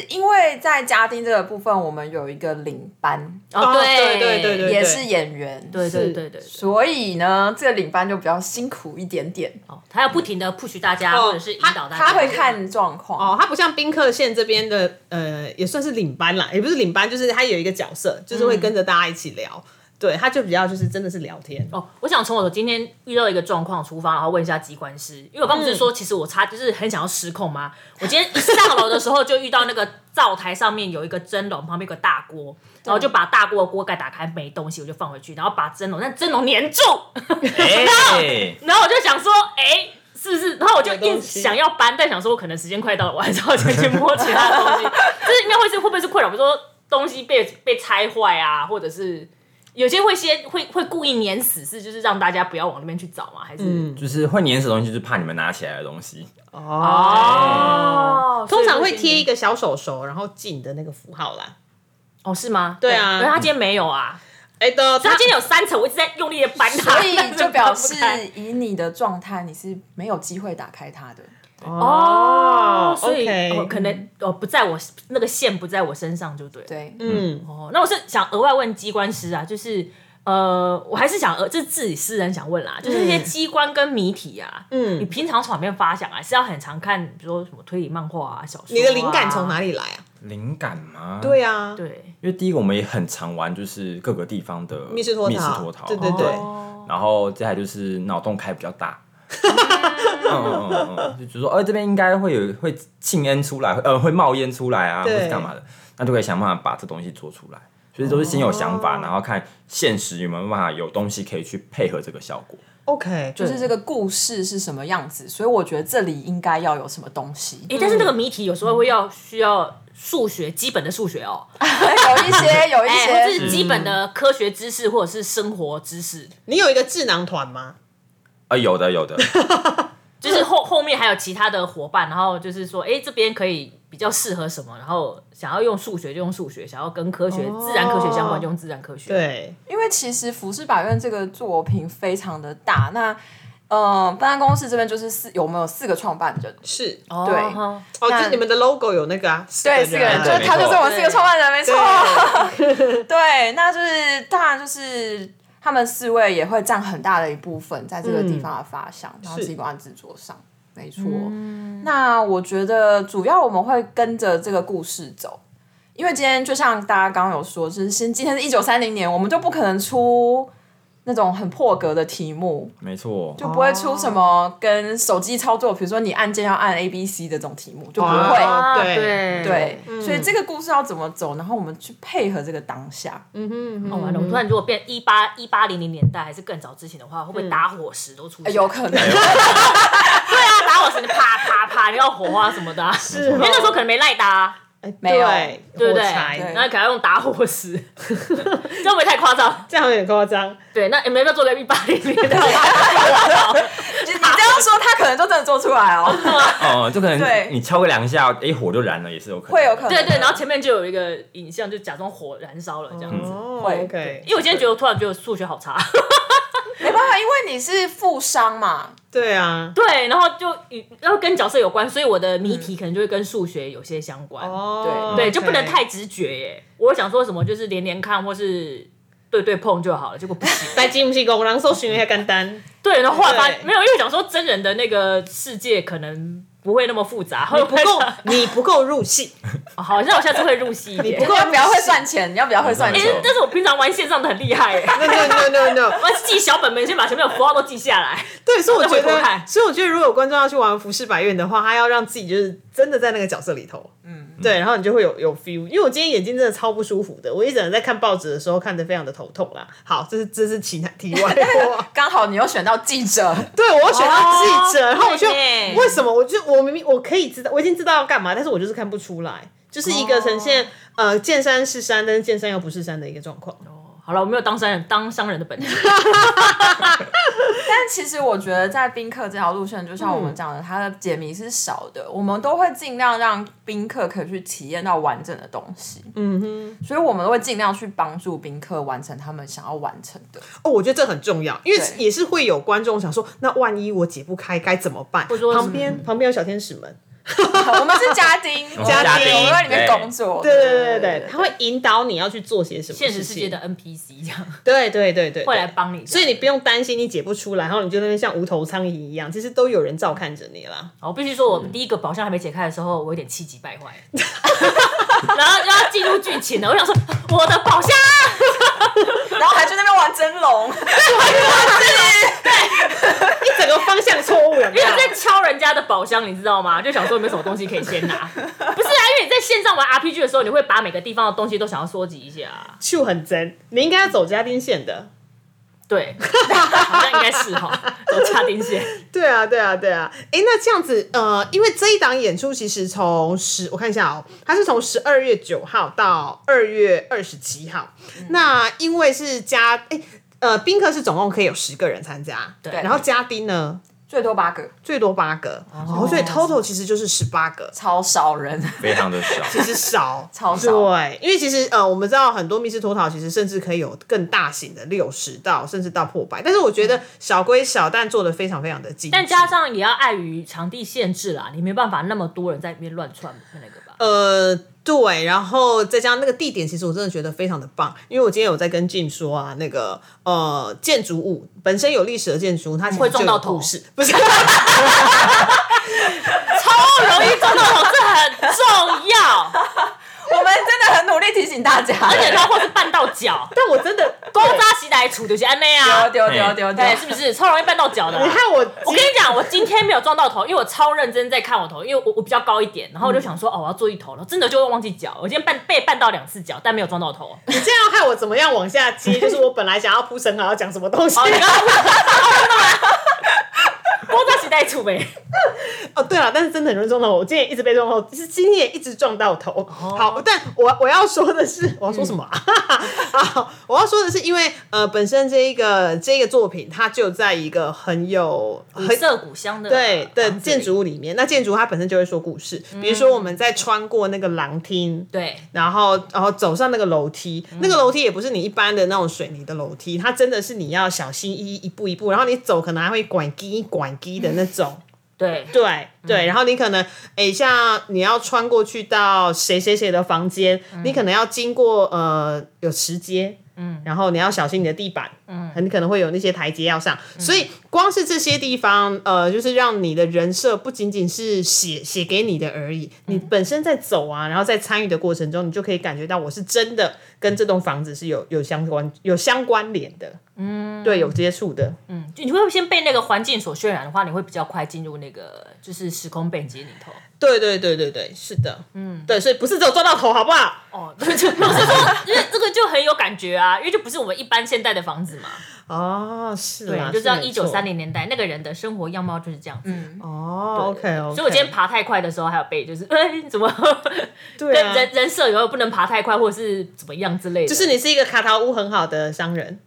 [SPEAKER 4] 因为在家丁这个部分，我们有一个领班，
[SPEAKER 5] 哦，
[SPEAKER 1] 哦对对对对
[SPEAKER 4] 也是演员，
[SPEAKER 5] 对对
[SPEAKER 1] 是
[SPEAKER 5] 对对，对
[SPEAKER 4] 所以呢，这个领班就比较辛苦一点点，
[SPEAKER 1] 啊
[SPEAKER 5] 哦，他要不停的 push 大家，
[SPEAKER 1] 哦
[SPEAKER 5] 或者是引导大家。
[SPEAKER 4] 嗯他会看状况。
[SPEAKER 1] 哦，他不像宾客线这边的，呃，也算是领班啦，也不是领班，就是他有一个角色，就是会跟着大家一起聊。对，他就比较就是真的是聊天。
[SPEAKER 5] 哦，我想从我今天遇到一个状况出发，然后问一下机关师，因为我刚不是
[SPEAKER 4] 嗯
[SPEAKER 5] 说，其实我差就是很想要失控吗？我今天一上楼的时候就遇到那个灶台上面有一个蒸笼，旁边有个大锅，然后就把大锅的锅盖打开，没东西我就放回去，然后把蒸笼，但蒸笼粘住，
[SPEAKER 3] 哎，
[SPEAKER 5] 然后我就想说，哎。是不是？然后我就
[SPEAKER 1] 没东
[SPEAKER 5] 一
[SPEAKER 1] 西
[SPEAKER 5] 直想要搬，但想说我可能时间快到了，我还是要 先去摸其他的东西。 就是应该会是会不会是困扰？比如说东西被被拆坏啊，或者是有些会先会会故意碾死，是就是让大家不要往那边去找吗？还是、
[SPEAKER 1] 嗯
[SPEAKER 3] 就是会粘死的东西，就是怕你们拿起来的东西。
[SPEAKER 5] 哦，
[SPEAKER 1] 通常会贴一个小手手，然后进的那个符号啦。
[SPEAKER 5] 哦，是吗？
[SPEAKER 1] 对啊
[SPEAKER 5] 可是他今天没有啊，
[SPEAKER 1] 哎的，
[SPEAKER 5] 所
[SPEAKER 1] 他
[SPEAKER 5] 以他今天有三层，我一直在用力的搬它，
[SPEAKER 4] 所 以就表示
[SPEAKER 5] 但是搬不开
[SPEAKER 4] 以你的状态，你是没有机会打开它的。
[SPEAKER 5] 哦，所以
[SPEAKER 1] OK
[SPEAKER 5] 哦可能哦不在我那个线不在我身上就对了。
[SPEAKER 4] 对，
[SPEAKER 1] 嗯，
[SPEAKER 5] 哦，那我是想额外问机关师啊，就是呃，我还是想呃，这是自己私人想问啦，就是那些机关跟谜题啊，
[SPEAKER 1] 嗯
[SPEAKER 5] 嗯，你平常场面发想啊，是要很常看，比如说什么推理漫画啊、小说、
[SPEAKER 1] 你的灵感从？哪里来啊？
[SPEAKER 3] 灵感吗？
[SPEAKER 1] 对啊，
[SPEAKER 5] 哦对，
[SPEAKER 3] 因为第一个我们也很常玩，就是各个地方的
[SPEAKER 1] 密室脱逃
[SPEAKER 3] 密室脱逃，
[SPEAKER 1] 对对对
[SPEAKER 3] 然后再来就是脑洞开比较大。 嗯嗯嗯嗯，就觉得说，呃，这边应该会有会沁烟出来，呃，会冒烟出来啊，或
[SPEAKER 1] 对
[SPEAKER 3] 是干嘛的，那就可以想办法把这东西做出来。
[SPEAKER 4] 哦
[SPEAKER 3] 所以都是先有想法，然后看现实有没有办法有东西可以去配合这个效果。
[SPEAKER 1] OK，就
[SPEAKER 4] 就是这个故事是什么样子，所以我觉得这里应该要有什么东西，
[SPEAKER 5] 诶但是
[SPEAKER 1] 嗯
[SPEAKER 5] 那个谜题有时候会要需要数学基本的数学哦，
[SPEAKER 1] 哎
[SPEAKER 4] 有一些有一
[SPEAKER 5] 哎、或者
[SPEAKER 4] 些
[SPEAKER 5] 是基本
[SPEAKER 1] 嗯
[SPEAKER 5] 的科学知识或者是生活知识，
[SPEAKER 1] 你有一个智囊团吗？
[SPEAKER 3] 啊，有的有的，
[SPEAKER 5] 就是后 后面还有其他的伙伴，然后就是说，哎、这边可以比较适合什么，然后想要用数学就用数学，想要跟科学、自然科学相
[SPEAKER 1] 哦
[SPEAKER 5] 关就用自然科学。，
[SPEAKER 1] 对，
[SPEAKER 4] 因为其实《浮世百院》这个作品非常的大，那呃，办公室这边就是四有没有四个创办人？
[SPEAKER 1] 是哦，
[SPEAKER 5] 哦
[SPEAKER 4] 对
[SPEAKER 5] 哈
[SPEAKER 1] 就是你们的 logo 有那个啊，
[SPEAKER 4] 对，四个人，
[SPEAKER 1] 啊
[SPEAKER 4] 就
[SPEAKER 3] 对
[SPEAKER 4] 是他
[SPEAKER 3] 没
[SPEAKER 4] 就
[SPEAKER 3] 错
[SPEAKER 4] 是我们四个创办人，没错。
[SPEAKER 5] 哦
[SPEAKER 1] 对
[SPEAKER 4] 对，那就是当然就是他们四位也会占很大的一部分在这个地方的发想，然后
[SPEAKER 1] 是
[SPEAKER 4] 自己观制作上，没错。那我觉得主要我们会跟着这个故事走。因为今天就像大家刚刚有说，就是先今天是一九三零年，我们就不可能出那种很破格的题目，
[SPEAKER 3] 没错，
[SPEAKER 4] 就不会出什么跟手机操作，比如说你按键要按 A B C 的这种题目，就不会。
[SPEAKER 1] 哦对嗯
[SPEAKER 5] 对
[SPEAKER 4] 对，所以这个故事要怎么走，然后我们去配合这个当下。
[SPEAKER 5] 哦，完了！我突然如果变一八一八零零年代，还是更早之前的话，会
[SPEAKER 1] 嗯
[SPEAKER 5] 不会打火石都出现？
[SPEAKER 4] 哎有 可能，
[SPEAKER 5] 对啊，打火石你啪啪啪，你要火花什么的 啊、
[SPEAKER 1] 是哦
[SPEAKER 5] 因为那时候可能没赖打、啊，
[SPEAKER 4] 没有
[SPEAKER 1] 对
[SPEAKER 5] 对不对？
[SPEAKER 1] 火柴
[SPEAKER 5] 然后可能要用打火石， 这样会不会太夸张？
[SPEAKER 1] 这样有点夸张，
[SPEAKER 5] 对，那你们要不要做个一八零零的？
[SPEAKER 4] 你你这样说，他可能就真的做出来哦，
[SPEAKER 3] 哦，就可
[SPEAKER 4] 对
[SPEAKER 3] 能你敲个两下，哎，火就燃了，也是有可能，
[SPEAKER 4] 会有可能。
[SPEAKER 5] 对对，然后前面就有一个影像，就假装火燃烧了这样子。
[SPEAKER 1] 哦
[SPEAKER 4] 会
[SPEAKER 1] ，OK，
[SPEAKER 5] 因为我今天觉得我突然觉得我数学好 差，
[SPEAKER 4] 没办法，因为你是富商嘛，
[SPEAKER 1] 对啊，
[SPEAKER 5] 对，然后就与然后跟角色有关，所以我的谜题可能就会跟数学有些相关。
[SPEAKER 1] 哦，
[SPEAKER 5] 对，
[SPEAKER 1] OK
[SPEAKER 5] 就不能太直觉耶。我想说什么，就是连连看或是对对碰就好了，结果 不行。
[SPEAKER 1] 来金不是工，然后搜寻一下干单，
[SPEAKER 5] 对，然后后来发
[SPEAKER 1] 对
[SPEAKER 5] 没有，因为想说真人的那个世界可能不会那么复杂，会
[SPEAKER 1] 不 够，你不够入戏，
[SPEAKER 5] 哦好，那我下次会入戏一点。
[SPEAKER 1] 不够
[SPEAKER 4] 你要比较会算钱，你要比较会算
[SPEAKER 5] 哎
[SPEAKER 4] 钱。。
[SPEAKER 5] 但是我平常玩线上的很厉害耶，
[SPEAKER 1] no no no no no，
[SPEAKER 5] 我记小本本，先把前面的符号都记下来。
[SPEAKER 1] 对，所以我觉
[SPEAKER 5] 那会偷
[SPEAKER 1] 得，
[SPEAKER 5] 看
[SPEAKER 1] 所以我觉得，如果有观众要去玩《浮世百院》的话，他要让自己就是真的在那个角色里头，嗯，对，然后你就会有有 feel。因为我今天眼睛真的超不舒服的，我一整在看报纸的时候看得非常的头痛啦。好，这是这是题题外话
[SPEAKER 4] 刚好你又选到记者，
[SPEAKER 1] 对，我要选到记者，
[SPEAKER 5] 哦
[SPEAKER 1] 然后我就
[SPEAKER 5] 对耶
[SPEAKER 1] 为什么？我就我明明我可以知道，我已经知道要干嘛，但是我就是看不出来，就是一个呈现、呃见山是山，但是见山又不是山的一个状况。
[SPEAKER 5] 好了，我没有当商人，当商人的 本事。
[SPEAKER 4] 但其实我觉得在宾客这条路线，就像我
[SPEAKER 1] 嗯
[SPEAKER 4] 们讲的，它的解谜是少的，我们都会尽量让宾客可以去体验到完整的东西。嗯哼，所以我们都会尽量去帮助宾客完成他们想要完成 的。
[SPEAKER 1] 哦，我觉得这很重要，因为
[SPEAKER 4] 对
[SPEAKER 1] 也是会有观众想说，那万一我解不开该怎么办？
[SPEAKER 5] 说嗯
[SPEAKER 1] 旁边旁边有小天使们，
[SPEAKER 4] 我们是 家丁，
[SPEAKER 1] 家
[SPEAKER 3] 家
[SPEAKER 1] 庭
[SPEAKER 3] 庭
[SPEAKER 4] 我们在里面
[SPEAKER 3] 对
[SPEAKER 4] 工作。
[SPEAKER 1] 对对对对，他会引导你要去做些什么
[SPEAKER 5] 现实
[SPEAKER 1] 事
[SPEAKER 5] 世
[SPEAKER 1] 情
[SPEAKER 5] 界的，NPC 这样
[SPEAKER 1] 对对对对，
[SPEAKER 5] 会
[SPEAKER 1] 对
[SPEAKER 5] 来帮你，
[SPEAKER 1] 所以你不用担心你解不出来，然后你就那边像无头苍蝇一样，其实都有人照看着你 啦。
[SPEAKER 5] 我必须说，我
[SPEAKER 1] 嗯
[SPEAKER 5] 第一个宝箱还没解开的时候，我有点气急败坏， 然后就要进入剧情了。我想说，我的宝箱
[SPEAKER 4] 然后还去那边玩真龙，
[SPEAKER 1] 一整个方向错误有没
[SPEAKER 5] 因为
[SPEAKER 1] 有
[SPEAKER 5] 我？在敲人家的宝箱，你知道吗？就想说有没有什么东西可以先拿。不是啊，因为你在线上玩 RPG 的时候，你会把每个地方的东西都想要收集一下、啊
[SPEAKER 1] 就很真，你应该要走家丁线的。
[SPEAKER 5] 对， 好像应该是哈，走插丁线。
[SPEAKER 1] 对啊，对啊，对啊。哎，那这样子，呃，因为这一档演出其实从十，我看一下哦，它是从十二月九号到二月二十七号。那因为是家，哎，呃，宾客是总共可以有十个人参加，对然后家丁呢
[SPEAKER 4] 最多八个，
[SPEAKER 1] 最多八个，哦，所以 total 其实就是十八个。
[SPEAKER 4] 超少 人。
[SPEAKER 3] 非常的 少。
[SPEAKER 1] 其实 少，
[SPEAKER 4] 超少
[SPEAKER 1] 对，因为其实呃，我们知道很多密室脱逃，其实甚至可以有更大型的六十到甚至到破百，但是我觉得小归小，但做的非常非常的精致。
[SPEAKER 5] 但加上也要碍于场地限制啦，你没办法那么多人在里面乱窜那个吧。
[SPEAKER 1] 呃，对，然后再加上那个地点，其实我真的觉得非常的棒，因为我今天有在跟静说啊，那个呃建筑物本身有历史的建筑物，它其实
[SPEAKER 5] 会撞
[SPEAKER 1] 就有
[SPEAKER 5] 到头
[SPEAKER 1] 故事，不是？
[SPEAKER 5] 超容易撞到头，这很重要，
[SPEAKER 4] 我们真的很努力提醒大家，
[SPEAKER 5] 而且它或是绊到脚。
[SPEAKER 1] 但我真的
[SPEAKER 5] 高扎起来处就是安内啊
[SPEAKER 4] 丢，丢丢丢丢，
[SPEAKER 5] 对，是不是超容易绊到脚的啊？
[SPEAKER 1] 你看我，
[SPEAKER 5] 我跟你讲，我今天没有撞到头，因为我超认真在看我头，因为我我比较高一点，然后我就想说，哦，我要做一头，然后真的就会忘记脚。我今天绊被绊到两次脚，但没有撞到头。
[SPEAKER 1] 你这样要看我怎么样往下接，就是我本来想要铺陈好要讲什么 东西。
[SPEAKER 5] 哦，你刚刚问我高扎起来处呗，
[SPEAKER 1] 哦，对了，但是真的很容易撞到我，我今年一直被撞到头，是今年一直撞到
[SPEAKER 5] 哦
[SPEAKER 1] 头。好，但我我要说的是，我要说什么、啊？
[SPEAKER 5] 嗯
[SPEAKER 1] 好，我要说的是，因为呃，本身这一个这一个作品，它就在一个很有很
[SPEAKER 5] 古色古香的
[SPEAKER 1] 对的
[SPEAKER 5] 房子里嗯
[SPEAKER 1] 建筑物里面，那建筑它本身就会说故事，比如说我们在穿过那个廊厅，
[SPEAKER 5] 对，嗯
[SPEAKER 1] 然后然后走上那个楼梯，那个楼梯也不是你一般的那种水泥的楼梯，它真的是你要小心翼翼一步一步，然后你走可能还会拐机拐机的那种。
[SPEAKER 5] 对，
[SPEAKER 1] 对对，然后你可能，诶，像你要穿过去到谁谁谁的房间，你可能要经过呃有石阶，嗯，然后你要小心你的地板，嗯，很可能会有那些台阶要上，所以光是这些地方，呃，就是让你的人设不仅仅是写写给你的而已，你本身在走啊，然后在参与的过程中，你就可以感觉到我是真的跟这栋房子是有有相关有相关联的，嗯，对，有接触的，
[SPEAKER 5] 就你会先被那个环境所渲染的话，你会比较快进入那个就是时空背景里头。
[SPEAKER 1] 对对对对对，是的，嗯，对，所以不是只有撞到头，好不好？
[SPEAKER 5] 哦，对， 就老实说，因为这个就很有感觉啊，因为就不是我们一般现代的房子嘛，
[SPEAKER 1] 哦，是
[SPEAKER 5] 对，
[SPEAKER 1] 啊，
[SPEAKER 5] 你就知道
[SPEAKER 1] 是没
[SPEAKER 5] 一
[SPEAKER 1] 错
[SPEAKER 5] 九三零年代那个人的生活样貌就是这样子。
[SPEAKER 4] 嗯，
[SPEAKER 1] 哦，OK OK。
[SPEAKER 5] 所以我今天爬太快的时候，还有被就是，哎，怎么
[SPEAKER 1] 对啊，
[SPEAKER 5] 人人设有没有不能爬太快，或者是怎么样之类 的？
[SPEAKER 1] 就是你是一个卡塔屋很好的商人，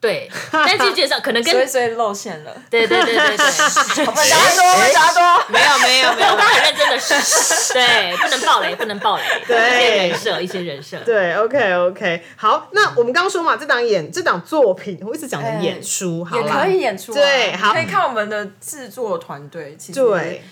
[SPEAKER 5] 对， 但是介绍可能跟
[SPEAKER 4] 所以所以露馅了。
[SPEAKER 5] 对对对对对，我们
[SPEAKER 4] 答多，答多，
[SPEAKER 1] 没有没有没
[SPEAKER 5] 我刚刚很认真的， 对，不能暴雷，不能暴雷，
[SPEAKER 1] 对
[SPEAKER 5] 一些人设，一些人设，
[SPEAKER 1] 对，OK OK。好，那我们刚刚说嘛，这档演这档作品，我一直讲的
[SPEAKER 4] 哎
[SPEAKER 1] 演出，好
[SPEAKER 4] 也
[SPEAKER 1] 啦
[SPEAKER 4] 可以演出啊，
[SPEAKER 1] 对好
[SPEAKER 4] 你可以看我们的制作团队，其实
[SPEAKER 1] 对，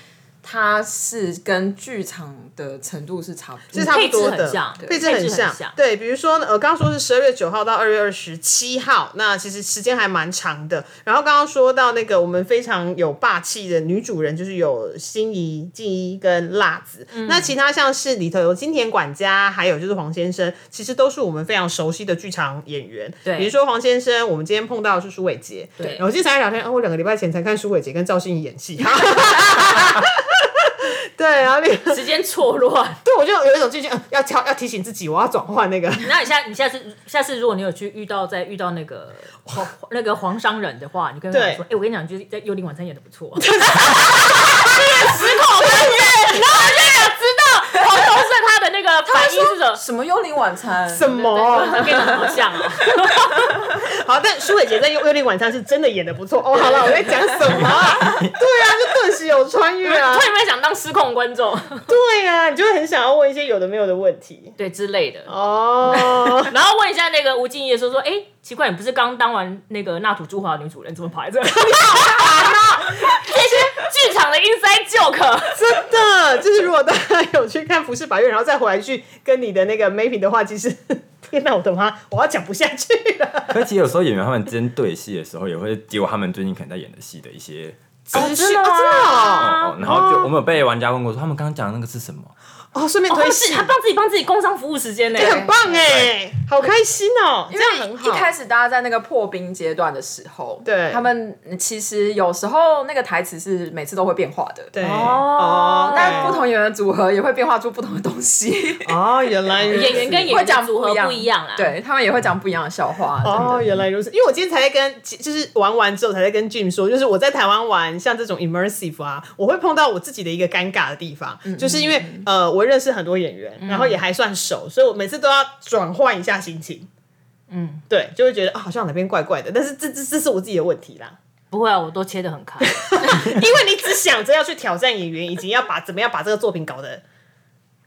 [SPEAKER 4] 它是跟剧场的程度是差不多，
[SPEAKER 1] 是差不多
[SPEAKER 5] 嗯配置
[SPEAKER 1] 的
[SPEAKER 5] 很像，
[SPEAKER 1] 配置
[SPEAKER 5] 配
[SPEAKER 1] 很
[SPEAKER 5] 置
[SPEAKER 1] 像
[SPEAKER 5] 很像。
[SPEAKER 1] 对，比如说呢，呃，刚刚说是十二月九号到二月二十七号，那其实时间还蛮长的。然后刚刚说到那个我们非常有霸气的女主人，就是有心仪、静怡跟辣子。
[SPEAKER 5] 嗯
[SPEAKER 1] 那其他像是里头有金田管家，还有就是黄先生，其实都是我们非常熟悉的剧场演员。
[SPEAKER 5] 对
[SPEAKER 1] 比如说黄先生，我们今天碰到的是舒伟杰。
[SPEAKER 5] 对
[SPEAKER 1] 然后今天才聊天，哦，我两个礼拜前才看舒伟杰跟赵信演戏。 对，然后另
[SPEAKER 5] 时间错乱。
[SPEAKER 1] 对，我就有一种进去、呃要调要提醒自己，我要转换那个。
[SPEAKER 5] 那你下你下次下次如果你有去遇到再遇到那个黄那个黄商人的话，你跟他
[SPEAKER 1] 对
[SPEAKER 5] 说，哎、我跟你讲，就是在《幽灵晚餐》演的不 错。然后我就想知道黄头胜他的那个反应是什 么？
[SPEAKER 4] 什么幽灵晚餐？
[SPEAKER 1] 什么？
[SPEAKER 5] 跟你讲好像 哦，
[SPEAKER 1] 好，但舒伟杰在《幽幽灵晚餐》是真的演的不错哦。好了，我在讲什么啊？ 对啊，就顿时有穿越啊
[SPEAKER 5] 突。然没想当失控观众，
[SPEAKER 1] 对啊，你就会很想要问一些有的没有的问题
[SPEAKER 5] 对之类的。
[SPEAKER 1] 哦。
[SPEAKER 5] 然后问一下那个吴敬业说说，哎、奇怪，你不是刚当完那个纳土珠华的女主人，怎么跑来这 里？这些剧场的 inside joke，
[SPEAKER 1] 真的，就是如果大家有去看《浮世百月》，然后再回来去跟你的那个 Maybe 的话，其实 天哪，我的妈，我要讲不下去了。
[SPEAKER 3] 可其实有时候演员他们之间对戏的时候，也会丢他们最近可能在演的戏的一些资讯
[SPEAKER 1] 真的哦
[SPEAKER 4] 啊
[SPEAKER 3] 哦，然后就我们有被玩家问过说他们刚刚讲的那个是什么，
[SPEAKER 1] 哦，顺便
[SPEAKER 5] 哦，他
[SPEAKER 1] 推
[SPEAKER 5] 们自
[SPEAKER 1] 戏
[SPEAKER 5] 己，他帮自己帮自己工商服务时间呢、
[SPEAKER 1] 很棒哎，好开心哦，
[SPEAKER 4] 因
[SPEAKER 1] 这
[SPEAKER 4] 为
[SPEAKER 1] 样很好。
[SPEAKER 4] 一开始大家在那个破冰阶段的时候，
[SPEAKER 1] 对
[SPEAKER 4] 他们其实有时候那个台词是每次都会变化的，
[SPEAKER 1] 对
[SPEAKER 5] 哦
[SPEAKER 4] 但不同演员组合也会变化出不同的东西，
[SPEAKER 1] 哦，原来如此
[SPEAKER 5] 演员跟演
[SPEAKER 4] 会
[SPEAKER 5] 员的
[SPEAKER 4] 讲
[SPEAKER 5] 组合不
[SPEAKER 4] 不
[SPEAKER 5] 一样啊啦。，
[SPEAKER 4] 对他们也会讲不一样的笑话。
[SPEAKER 1] 哦，
[SPEAKER 4] 等等
[SPEAKER 1] 原来如此。因为我今天才在跟，就是玩完之后才在跟 Jim 说，就是我在台湾玩像这种 immersive 啊，我会碰到我自己的一个尴尬的地方，就是因为呃，我认识很多演员，然后也还算熟，所以我每次都要转换一下心情。嗯，对，就会觉得啊，好像哪边怪怪的，但是这这这是我自己的问题啦，
[SPEAKER 5] 不会啊，我都切的很开。
[SPEAKER 1] 因为你只想着要去挑战演员，以及要把怎么样把这个作品搞得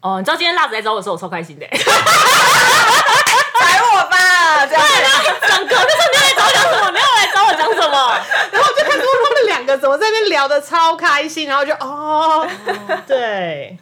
[SPEAKER 5] 哦，你知道今天辣子来找我的时候，我超开心的、
[SPEAKER 4] 踩我吧，这样子
[SPEAKER 5] 整个就是你要来找我讲什么？你要来找我讲什么？
[SPEAKER 1] 然后我就看到他们两个怎么在那边聊得超开心，然后就哦，对，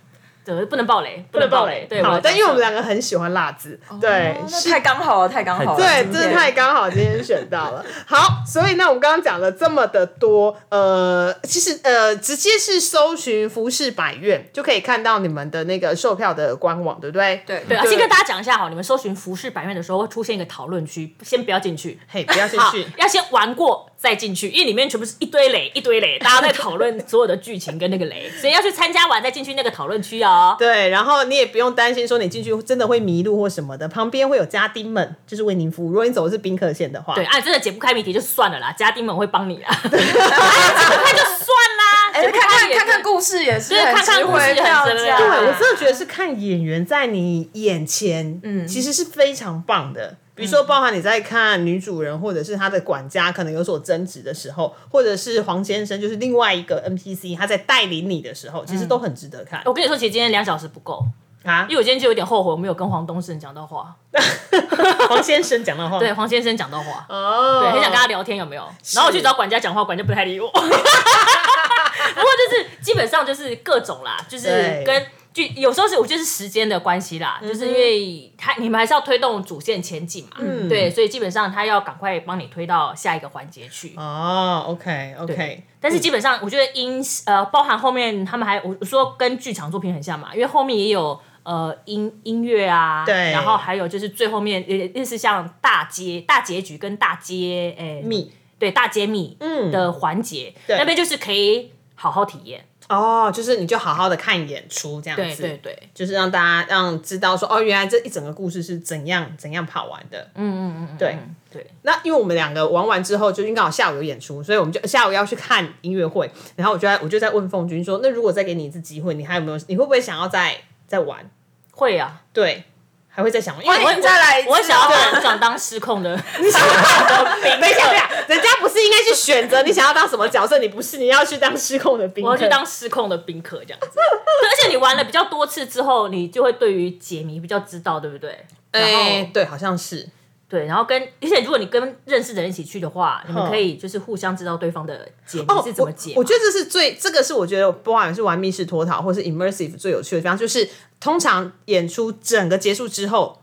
[SPEAKER 5] 对，不能爆雷，不
[SPEAKER 1] 不能
[SPEAKER 5] 能
[SPEAKER 1] 爆
[SPEAKER 5] 爆
[SPEAKER 1] 雷。
[SPEAKER 5] 对，
[SPEAKER 1] 好，
[SPEAKER 5] 要
[SPEAKER 1] 但因为我们
[SPEAKER 5] 讲
[SPEAKER 1] 两个很喜欢辣子，对
[SPEAKER 4] 哦，那
[SPEAKER 1] 是
[SPEAKER 4] 太刚好了，太刚好了，
[SPEAKER 1] 对，
[SPEAKER 4] 今
[SPEAKER 1] 真的
[SPEAKER 4] 天
[SPEAKER 1] 太刚好，今天选到了。好，所以呢，我们刚刚讲了这么的多，呃，其实呃，直接是搜寻服饰百院就可以看到你们的那个售票的官网，对不对？
[SPEAKER 4] 对
[SPEAKER 5] 对，啊
[SPEAKER 1] 对
[SPEAKER 5] 先跟大家讲一下好，你们搜寻服饰百院的时候会出现一个讨论区，先不要进去。
[SPEAKER 1] 嘿，不要进
[SPEAKER 5] 好
[SPEAKER 1] 去。，
[SPEAKER 5] 要先玩过再进去，因为里面全部是一堆雷，一堆雷，大家在讨论所有的剧情跟那个雷，所以要去参加完再进去那个讨论区 哦。
[SPEAKER 1] 对，然后你也不用担心说你进去真的会迷路或什么的，旁边会有家丁们，就是为您服务。如果你走的是宾客线的话，
[SPEAKER 5] 对，啊，真的解不开谜题就算了啦，家丁们会帮 你啦，哎解不开就算啦，
[SPEAKER 4] 哎、
[SPEAKER 5] 解不
[SPEAKER 4] 看
[SPEAKER 5] 开
[SPEAKER 4] 看
[SPEAKER 5] 也
[SPEAKER 4] 看看故事也是
[SPEAKER 5] 对
[SPEAKER 4] 很
[SPEAKER 5] 看看
[SPEAKER 4] 值
[SPEAKER 5] 故事
[SPEAKER 4] 回
[SPEAKER 5] 也很
[SPEAKER 4] 票
[SPEAKER 5] 值得
[SPEAKER 4] 价。
[SPEAKER 1] 对，
[SPEAKER 5] 啊
[SPEAKER 1] 我真的觉得是看演员在你眼前，嗯，其实是非常棒的。比
[SPEAKER 5] 嗯
[SPEAKER 1] 如说，包含你在看女主人或者是她的管家可能有所争执的时候，或者是黄先生就是另外一个 NPC，他在带领你的时
[SPEAKER 5] 嗯
[SPEAKER 1] 候，其实都很值得看、
[SPEAKER 5] 我跟你说，其实今天两小时不够，
[SPEAKER 1] 啊
[SPEAKER 5] 因。为我今天就有点后悔，我没有跟黄东升讲到话，
[SPEAKER 1] 黄先生讲的话，
[SPEAKER 5] 对，黄先生讲到话，
[SPEAKER 4] 嗯
[SPEAKER 1] 哦，
[SPEAKER 5] 对，很想跟他聊天，有没有？然后我去找管家讲话，管家不太理 我。不过就是基本上就是各种啦，就是
[SPEAKER 1] 对
[SPEAKER 5] 跟就有时候是我觉得是时间的关系啦，就是因
[SPEAKER 4] 嗯
[SPEAKER 5] 为他你们还是要推动主线前进嘛，对，所以基本上他要赶快帮你推到下一个环节去。
[SPEAKER 1] 哦，OK OK，
[SPEAKER 5] 但是基本上，我觉得音呃，包含后面他们还我我说跟剧场作品很像嘛，因为后面也有呃音音乐啊，
[SPEAKER 1] 对
[SPEAKER 5] 然后还有就是最后面有点类似像大结大结局跟大揭诶、
[SPEAKER 1] 密
[SPEAKER 5] 对大揭秘
[SPEAKER 4] 嗯
[SPEAKER 5] 的环节，那边就是可以好好体验，
[SPEAKER 1] 哦，就是你就好好的看演出这样
[SPEAKER 5] 对
[SPEAKER 1] 子，
[SPEAKER 5] 对对，
[SPEAKER 1] 就是让大家让知道说，哦，原来这一整个故事是怎样怎样跑完的。嗯嗯嗯，对
[SPEAKER 5] 嗯对，
[SPEAKER 1] 那因为我们两个玩完之后，就因为刚好下午有演出，所以我们就下午要去看音乐会。然后我就在我就在问凤君说，那如果再给你一次机会，你还有没有？你会不会想要再再玩？
[SPEAKER 5] 会啊，
[SPEAKER 1] 对，还会再想玩，因为我
[SPEAKER 4] 欢迎哎再来一次
[SPEAKER 5] 我想要
[SPEAKER 4] 哦
[SPEAKER 5] 当想当失控 的，你想
[SPEAKER 1] 等一下，等一下，人家不是应该去选择你想要当什么角色？你不是，你要去当失控的宾客。
[SPEAKER 5] 我要去当失控的宾客这样子。对，而且你玩了比较多次之后，你就会对于解谜比较知道，对不对？然后、
[SPEAKER 1] 哎、对，好像是
[SPEAKER 5] 对，然后跟而且如果你跟认识的人一起去的话，你们可以就是互相知道对方的解谜是怎么解嘛、
[SPEAKER 1] 哦我？我觉得这是最，这个是我觉得不管是玩密室脱逃或是 immersive 最有趣的地方，就是通常演出整个结束之后。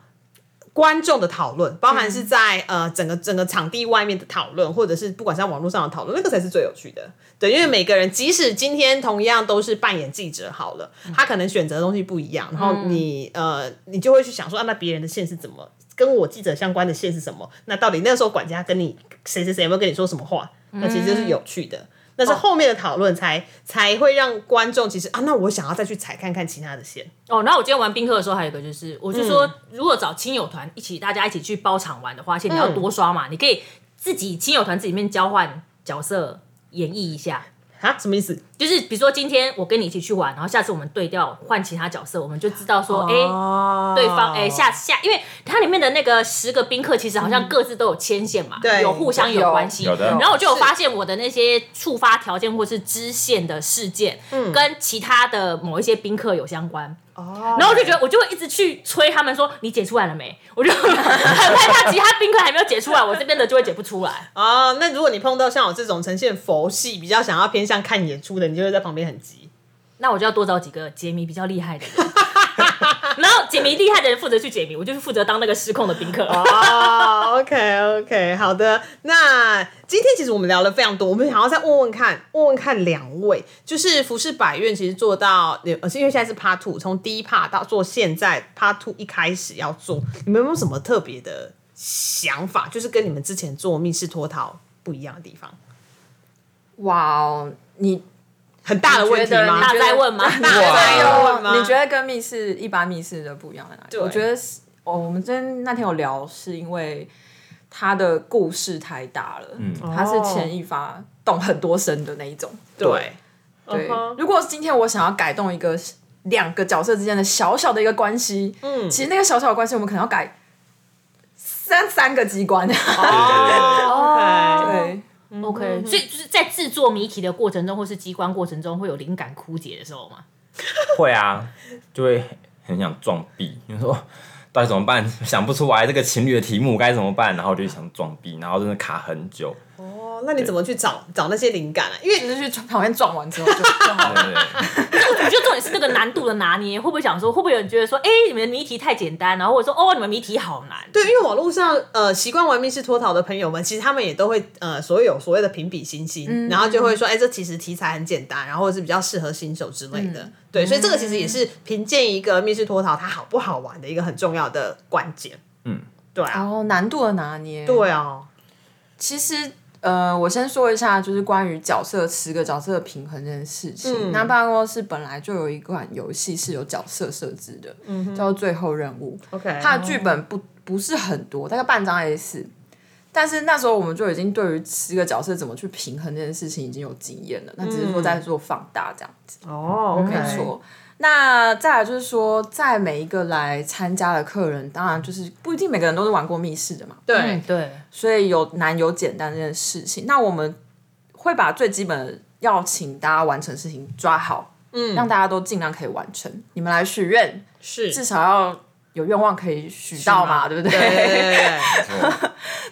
[SPEAKER 1] 观众的讨论，包含是在、
[SPEAKER 5] 嗯
[SPEAKER 1] 呃整个整个场地外面的讨论，或者是不管是在网络上的讨论，那个才是最有趣的。对，因为每个人即使今天同样都是扮演记者好了，
[SPEAKER 5] 嗯
[SPEAKER 1] 他可能选择的东西不一样，然后你、呃你就会去想说，啊、那别人的线是怎么跟我记者相关的线是什么？那到底那时候管家跟你谁谁谁有没有跟你说什么话？那其实
[SPEAKER 5] 嗯
[SPEAKER 1] 是有趣的。那是
[SPEAKER 5] 哦
[SPEAKER 1] 后面的讨论才、才会让观众其实啊，那我想要再去踩看看其他的线。
[SPEAKER 5] 哦，然后我今天玩宾客的时候，还有一个就是，我就
[SPEAKER 1] 嗯
[SPEAKER 5] 说，如果找亲友团一起，大家一起去包场玩的话，而且你
[SPEAKER 1] 嗯
[SPEAKER 5] 要多刷嘛，你可以自己亲友团自己里面交换角色演绎一下。
[SPEAKER 1] 啊，什么意思？
[SPEAKER 5] 就是比如说，今天我跟你一起去玩，然后下次我们对调换其他角色，我们就知道说，哎、
[SPEAKER 1] 哦，
[SPEAKER 5] 对方哎、下下，因为它里面的那个十个宾客其实好
[SPEAKER 4] 嗯
[SPEAKER 5] 像各自都有牵线嘛，
[SPEAKER 1] 对嗯
[SPEAKER 5] 有互相有关系。
[SPEAKER 3] 有有的
[SPEAKER 5] 然后我就有发现我的那些触发条件或是支线的事件，
[SPEAKER 1] 嗯
[SPEAKER 5] 跟其他的某一些宾客有相关。
[SPEAKER 1] 哦，
[SPEAKER 5] 然后我就觉得，我就会一直去催他们说：“你解出来了没？”我就 很害怕其他宾客还没有解出来，我这边的就会解不出来。
[SPEAKER 1] 哦，那如果你碰到像我这种呈现佛系、比较想要偏向看演出的，你就会在旁边很急。
[SPEAKER 5] 那我就要多找几个解谜比较厉害的人， 然后解谜厉害的人负责去解谜，我就是负责当那个失控的宾客。
[SPEAKER 1] 哦，OK OK，好的。那今天其实我们聊了非常多，我们想要再问问看，问问看两位，就是服饰百院其实做到，呃，是因为现在是 Part Two，从第一 Part 到做现在 Part Two 一开始要做，你们有没有什么特别的想法？就是跟你们之前做密室脱逃不一样的地方，
[SPEAKER 4] 哇哦，你
[SPEAKER 1] 很大的问题
[SPEAKER 4] 你觉得
[SPEAKER 1] 吗
[SPEAKER 5] 大？灾问吗？
[SPEAKER 1] 大家有问吗
[SPEAKER 4] 哦你觉得跟密室一般密室的不一样在哪里？
[SPEAKER 1] 对
[SPEAKER 4] 我觉得是，哦，我们之前那天有聊，是因为它的故事太大了，嗯，它是牵一发动很多声的那一种。
[SPEAKER 1] 对，
[SPEAKER 4] 对
[SPEAKER 1] 嗯哼
[SPEAKER 4] 如果今天我想要改动一个两个角色之间的小小的一个关系，嗯，其实那个小小的关系，我们可能要改三三个机关。
[SPEAKER 1] 哦
[SPEAKER 4] 对，
[SPEAKER 1] 嗯
[SPEAKER 5] OK，所以就是在制作谜题的过程中，或是机关过程中，会有灵感枯竭的时候嘛？
[SPEAKER 3] 会啊，就会很想撞壁。你说到底怎么办？想不出来这个情侣的题目该怎么办，然后就想撞壁，然后真的卡很久。
[SPEAKER 1] 哦，那你怎么去找找那些灵感啊？因为
[SPEAKER 4] 就是去旁边撞完之后就就好了。
[SPEAKER 3] 对对
[SPEAKER 5] 我觉得重点是那个难度的拿捏，会不会想说，会不会有人觉得说，哎、你们的谜题太简单，然后或者说，哦，你们谜题好难。
[SPEAKER 1] 对，因为网络上呃习惯玩密室脱逃的朋友们，其实他们也都会呃所有所谓的评比星星，
[SPEAKER 4] 嗯
[SPEAKER 1] 然后就会说，哎、这其实题材很简单，然后是比较适合新手之类
[SPEAKER 4] 嗯
[SPEAKER 1] 的。对，所以这个其实也是凭借一个密室脱逃它好不好玩的一个很重要的关键。
[SPEAKER 3] 嗯，
[SPEAKER 1] 对啊，
[SPEAKER 4] 然后难度的拿捏，
[SPEAKER 1] 对啊，
[SPEAKER 4] 其实，呃，我先说一下，就是关于角色十个角色的平衡这件事情。
[SPEAKER 1] 嗯
[SPEAKER 4] 那办公室本来就有一款游戏是有角色设置的，叫做《最后任务》。
[SPEAKER 1] 嗯 OK
[SPEAKER 4] 它的剧本不不是很多，大概半张 A 四。但是那时候我们就已经对于十个角色怎么去平衡这件事情已经有经验了，那只是说在做放大这样子。
[SPEAKER 1] 嗯哦，OK，
[SPEAKER 4] 没错。那再来就是说，在每一个来参加的客人，当然就是不一定每个人都是玩过密室的嘛，
[SPEAKER 1] 对，
[SPEAKER 5] 对，
[SPEAKER 4] 所以有难有简单这件事情。那我们会把最基本的要请大家完成的事情抓好，嗯，让大家都尽量可以完成。你们来许愿，
[SPEAKER 1] 是
[SPEAKER 4] 至少要有愿望可以许到嘛，对不对？
[SPEAKER 1] 对对对对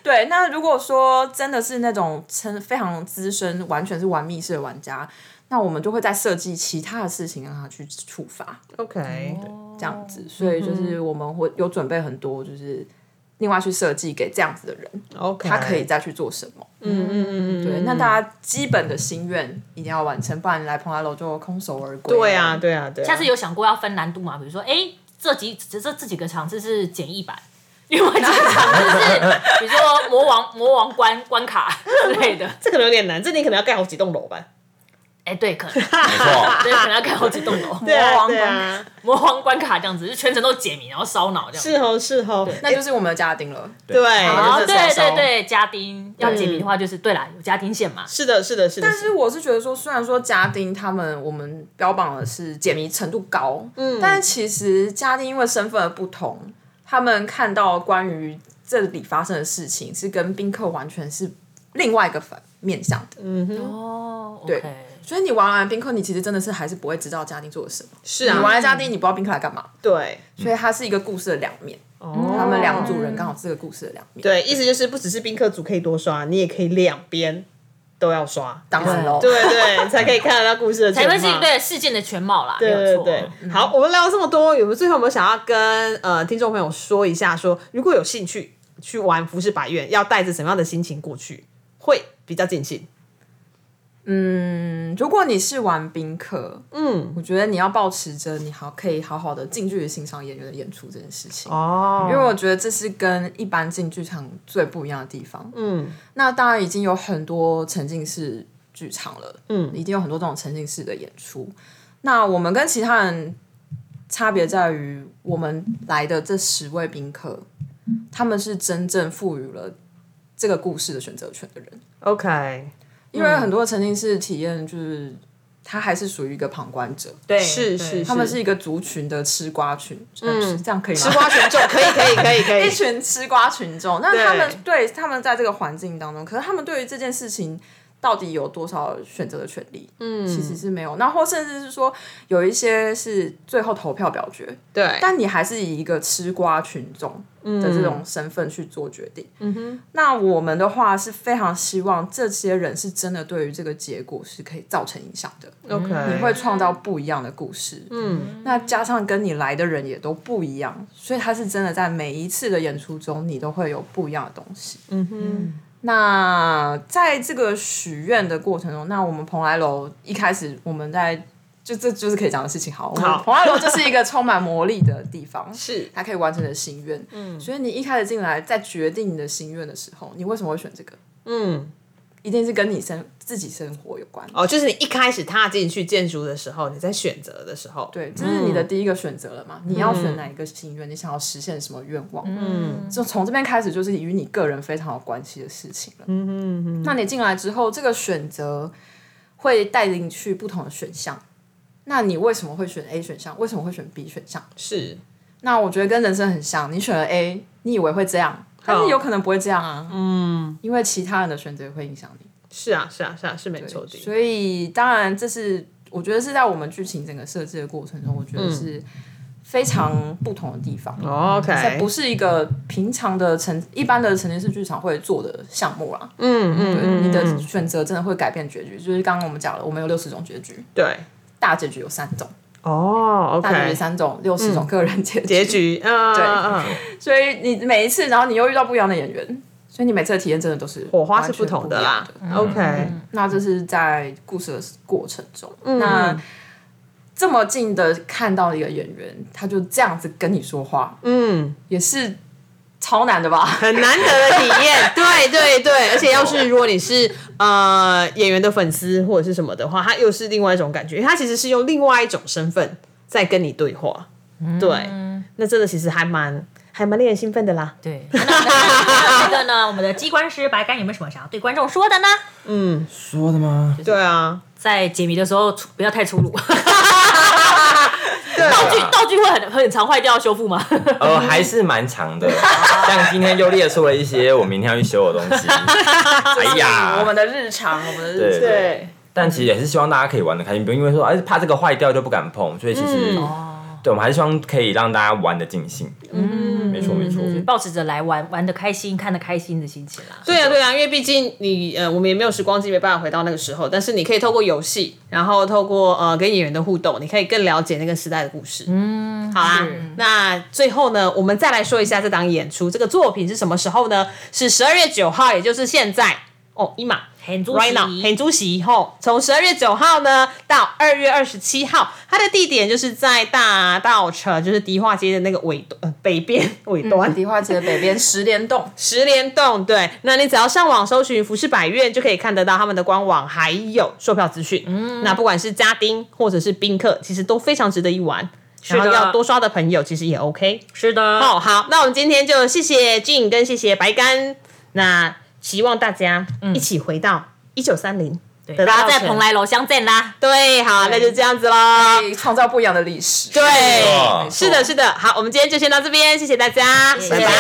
[SPEAKER 4] 对，那如果说真的是那种称非常资深，完全是玩密室的玩家，那我们就会再设计其他的事情让他去触发，
[SPEAKER 1] 对，OK，
[SPEAKER 4] 这样子。所以就是我们会有准备很多，就是另外去设计给这样子的人，
[SPEAKER 1] OK，
[SPEAKER 4] 他可以，再去做什么。
[SPEAKER 1] 嗯嗯嗯嗯，
[SPEAKER 4] 对，那大家基本的心愿一定要完成，不然你来蓬莱楼就空手而归。
[SPEAKER 1] 对啊，，对啊，对啊，
[SPEAKER 5] 下次有想过要分难度吗？比如说，哎、这几这这这几个场次是简易版，另外几个场次是比如说魔王魔王关关卡之 类的。
[SPEAKER 1] 这可能有点难，这你可能要盖好几栋楼吧？
[SPEAKER 5] 哎、对，可能
[SPEAKER 3] 没错，
[SPEAKER 5] 对，可能要盖好几栋楼，
[SPEAKER 1] 对啊，
[SPEAKER 4] 王
[SPEAKER 1] 对
[SPEAKER 4] 关
[SPEAKER 1] 啊，
[SPEAKER 5] 魔王关卡这样子，就全程都解谜，然后烧脑这样子。
[SPEAKER 1] 是哦，是哦，
[SPEAKER 4] 那就是我们的家丁了。
[SPEAKER 1] 对，
[SPEAKER 5] 哦，
[SPEAKER 4] 就是
[SPEAKER 5] 对
[SPEAKER 4] 这种
[SPEAKER 5] 对对，家丁要解谜的话，就是对啦，有家丁线嘛。
[SPEAKER 1] 是的，是的，是的，
[SPEAKER 4] 但是我是觉得说，虽然说家丁他们我们标榜的是解谜程度高，嗯，但是其实家丁因为身份的不同，他们看到关于这里发生的事情是跟宾客完全是另外一个反面向的。
[SPEAKER 1] 嗯
[SPEAKER 5] 哦，
[SPEAKER 4] 对
[SPEAKER 5] OK
[SPEAKER 4] 所以你玩完宾客，你其实真的是还是不会知道家丁做了什么。
[SPEAKER 1] 是
[SPEAKER 4] 你
[SPEAKER 1] 啊，
[SPEAKER 4] 玩了家丁，你不知道宾客来干嘛，
[SPEAKER 1] 对，
[SPEAKER 4] 所以它是一个故事的两面。
[SPEAKER 1] 哦
[SPEAKER 4] 他们两组人刚好是个故事的两面。
[SPEAKER 1] 对，意思就是不只是宾客组可以多刷，你也可以两边都要刷，
[SPEAKER 4] 当然喽，
[SPEAKER 1] 对对，才可以看得到故事的
[SPEAKER 5] 才
[SPEAKER 1] 全
[SPEAKER 5] 会是
[SPEAKER 1] 貌。
[SPEAKER 5] 对事件的全貌啦，没
[SPEAKER 1] 对
[SPEAKER 5] 有
[SPEAKER 1] 对
[SPEAKER 5] 错。
[SPEAKER 1] 对，好，我们聊了这么多，有没有最后有没有想要跟呃听众朋友说一下说如果有兴趣去玩服饰百院，要带着什么样的心情过去，会比较尽兴？
[SPEAKER 4] 如果你是玩宾客，
[SPEAKER 1] 嗯，
[SPEAKER 4] 我觉得你要保持着你好可以好好的近距离欣赏演员的演出这件事情，
[SPEAKER 1] 哦，
[SPEAKER 4] 因为我觉得这是跟一般进剧场最不一样的地方。
[SPEAKER 1] 嗯
[SPEAKER 4] 那当然已经有很多沉浸式剧场了，
[SPEAKER 1] 嗯
[SPEAKER 4] 已经有很多这种沉浸式的演出。那我们跟其他人差别在于，我们来的这十位宾客，他们是真正赋予了这个故事的选择权的人。
[SPEAKER 1] 哦，OK，
[SPEAKER 4] 因为很多沉浸式体验就是。他还是属于一个旁观者，
[SPEAKER 5] 对，
[SPEAKER 1] 是是
[SPEAKER 5] 对
[SPEAKER 4] 他们是一个族群的吃瓜群，嗯，这样可以吗？
[SPEAKER 1] 吃瓜群众可以可以可以可以
[SPEAKER 4] 一，群吃瓜群众，那他们对他们在这个环境当中，可是他们对于这件事情到底有多少选择的权利？嗯，其实是没有。那或甚至是说，有一些是最后投票表决，
[SPEAKER 1] 对，
[SPEAKER 4] 但你还是以一个吃瓜群众的这种身份去做决定。嗯哼，那我们的话是非常希望这些人是真的对于这个结果是可以造成影响的。
[SPEAKER 1] OK，
[SPEAKER 4] 你会创造不一样的故事。嗯，那加上跟你来的人也都不一样，所以他是真的在每一次的演出中，你都会有不一样的东西。嗯哼。那在这个许愿的过程中，那我们蓬莱楼一开始我们在就这就是可以讲的事情。好，我们
[SPEAKER 1] 好
[SPEAKER 4] 蓬莱楼就是一个充满魔力的地方，
[SPEAKER 1] 是
[SPEAKER 4] 它可以完成你的心愿。嗯，所以你一开始进来，在决定你的心愿的时候，你为什么会选这个？
[SPEAKER 1] 嗯，
[SPEAKER 4] 一定是跟你生自己生活有关。
[SPEAKER 1] 哦，就是你一开始踏进去建筑的时候，你在选择的时候，
[SPEAKER 4] 对，这是你的第一个选择了嘛？你要选哪一个心愿？你想要实现什么愿望？嗯，就从这边开始，就是与你个人非常有关系的事情了。嗯嗯那你进来之后，这个选择会带领去不同的选项。那你为什么会选 A 选项？为什么会选 B 选项？
[SPEAKER 1] 是
[SPEAKER 4] 那我觉得跟人生很像，你选了 A，你以为会这样，但是有可能不会这样啊。嗯，因为其他人的选择会影响你。
[SPEAKER 1] 是啊，是啊，是啊，是没错的。
[SPEAKER 4] 所
[SPEAKER 1] 嗯
[SPEAKER 4] 以当然这是我觉得是在我们剧情整个设置的过程中，我觉得是非常不同的地方。
[SPEAKER 1] 哦 OK，
[SPEAKER 4] 不是一个平常的城一般的沉浸式剧场会做的项目啦。嗯嗯，对，你的选择真的会改变结局。就是刚刚我们讲了，我们有六十种结局，
[SPEAKER 1] 对，
[SPEAKER 4] 大结局有三种，
[SPEAKER 1] 哦
[SPEAKER 4] 大结局
[SPEAKER 1] ，OK，
[SPEAKER 4] 三种，六十种个人结局。
[SPEAKER 1] 嗯结局，嗯，
[SPEAKER 4] 对
[SPEAKER 1] 嗯嗯
[SPEAKER 4] 所以你每一次，然后你又遇到不一样的演员，所以你每次的体验真的都是
[SPEAKER 1] 火花
[SPEAKER 4] 完
[SPEAKER 1] 是
[SPEAKER 4] 全
[SPEAKER 1] 不
[SPEAKER 4] 不
[SPEAKER 1] 同
[SPEAKER 4] 一
[SPEAKER 1] 的
[SPEAKER 4] 样
[SPEAKER 1] 啦。OK，
[SPEAKER 4] 嗯那这是在故事的过程中，那这么近的看到一个演员，他就这样子跟你说话，
[SPEAKER 1] 嗯，
[SPEAKER 4] 也是超难的吧？
[SPEAKER 1] 很难得的体验，对对对，而且要是如果你是呃演员的粉丝或者是什么的话，他又是另外一种感觉，因为他其实是用另外一种身份在跟你对话，
[SPEAKER 4] 嗯
[SPEAKER 1] 对，那真的其实还蛮还蛮令人兴奋的啦。
[SPEAKER 5] 对，那那那个呢，我们的机关师白干有没有什么想要对观众说的呢？
[SPEAKER 3] 说的吗？
[SPEAKER 1] 对啊，
[SPEAKER 5] 在解谜的时候出不要太粗鲁，
[SPEAKER 1] 对啊
[SPEAKER 5] 道具道具会很很常坏掉，修复吗？
[SPEAKER 3] 呃，还是蛮长的，像今天就列出了一些我明天要去修 的东西。哎呀，
[SPEAKER 4] 我们的日常，我们的日
[SPEAKER 3] 对
[SPEAKER 4] 常。
[SPEAKER 1] 对，
[SPEAKER 3] 但其实也是希望大家可以玩的开心，不用因为说哎怕这个坏掉就不敢碰，所以其
[SPEAKER 1] 嗯
[SPEAKER 3] 实、
[SPEAKER 1] 哦
[SPEAKER 3] 对我们还是希望可以让大家玩的尽兴。嗯，没错没错。
[SPEAKER 5] 保持着来玩玩的开心、看的开心的心情啦。
[SPEAKER 1] 对啊，对啊，因为毕竟你呃，我们也没有时光机，没办法回到那个时候。但是你可以透过游戏，然后透过呃跟演员的互动，你可以更了解那个时代的故事。嗯，好啦，那最后呢，我们再来说一下这档演出，这个作品是什么时候呢？是十二月九号，也就是现在哦，一码。
[SPEAKER 5] 很主
[SPEAKER 1] Right now，
[SPEAKER 5] 席
[SPEAKER 1] 很主席吼，从十二月九号呢到二月二十七号，它的地点就是在大道城，就是迪化街的那个尾端、呃北边尾端，
[SPEAKER 4] 迪化街北边十联洞，
[SPEAKER 1] 十联动，对，那你只要上网搜寻服饰百院，就可以看得到他们的官网，还有售票资讯。嗯，那不管是家丁或者是宾客，其实都非常值得一玩。然后
[SPEAKER 5] 的
[SPEAKER 1] 要多刷的朋友，其实也 OK。
[SPEAKER 5] 是的，
[SPEAKER 1] 哦，好，那我们今天就谢谢俊跟谢谢白干，那希望大家一起回到一九三零，得
[SPEAKER 5] 大
[SPEAKER 1] 到
[SPEAKER 5] 家在
[SPEAKER 1] 钱
[SPEAKER 5] 蓬莱楼相见啦。
[SPEAKER 1] 对，好，那就这样子喽。
[SPEAKER 4] 可以创造不一样的历史。
[SPEAKER 1] 对，
[SPEAKER 3] 错
[SPEAKER 1] 是的，是的。好，我们今天就先到这边，谢谢大家，
[SPEAKER 5] 谢
[SPEAKER 1] 拜
[SPEAKER 5] 谢
[SPEAKER 1] 拜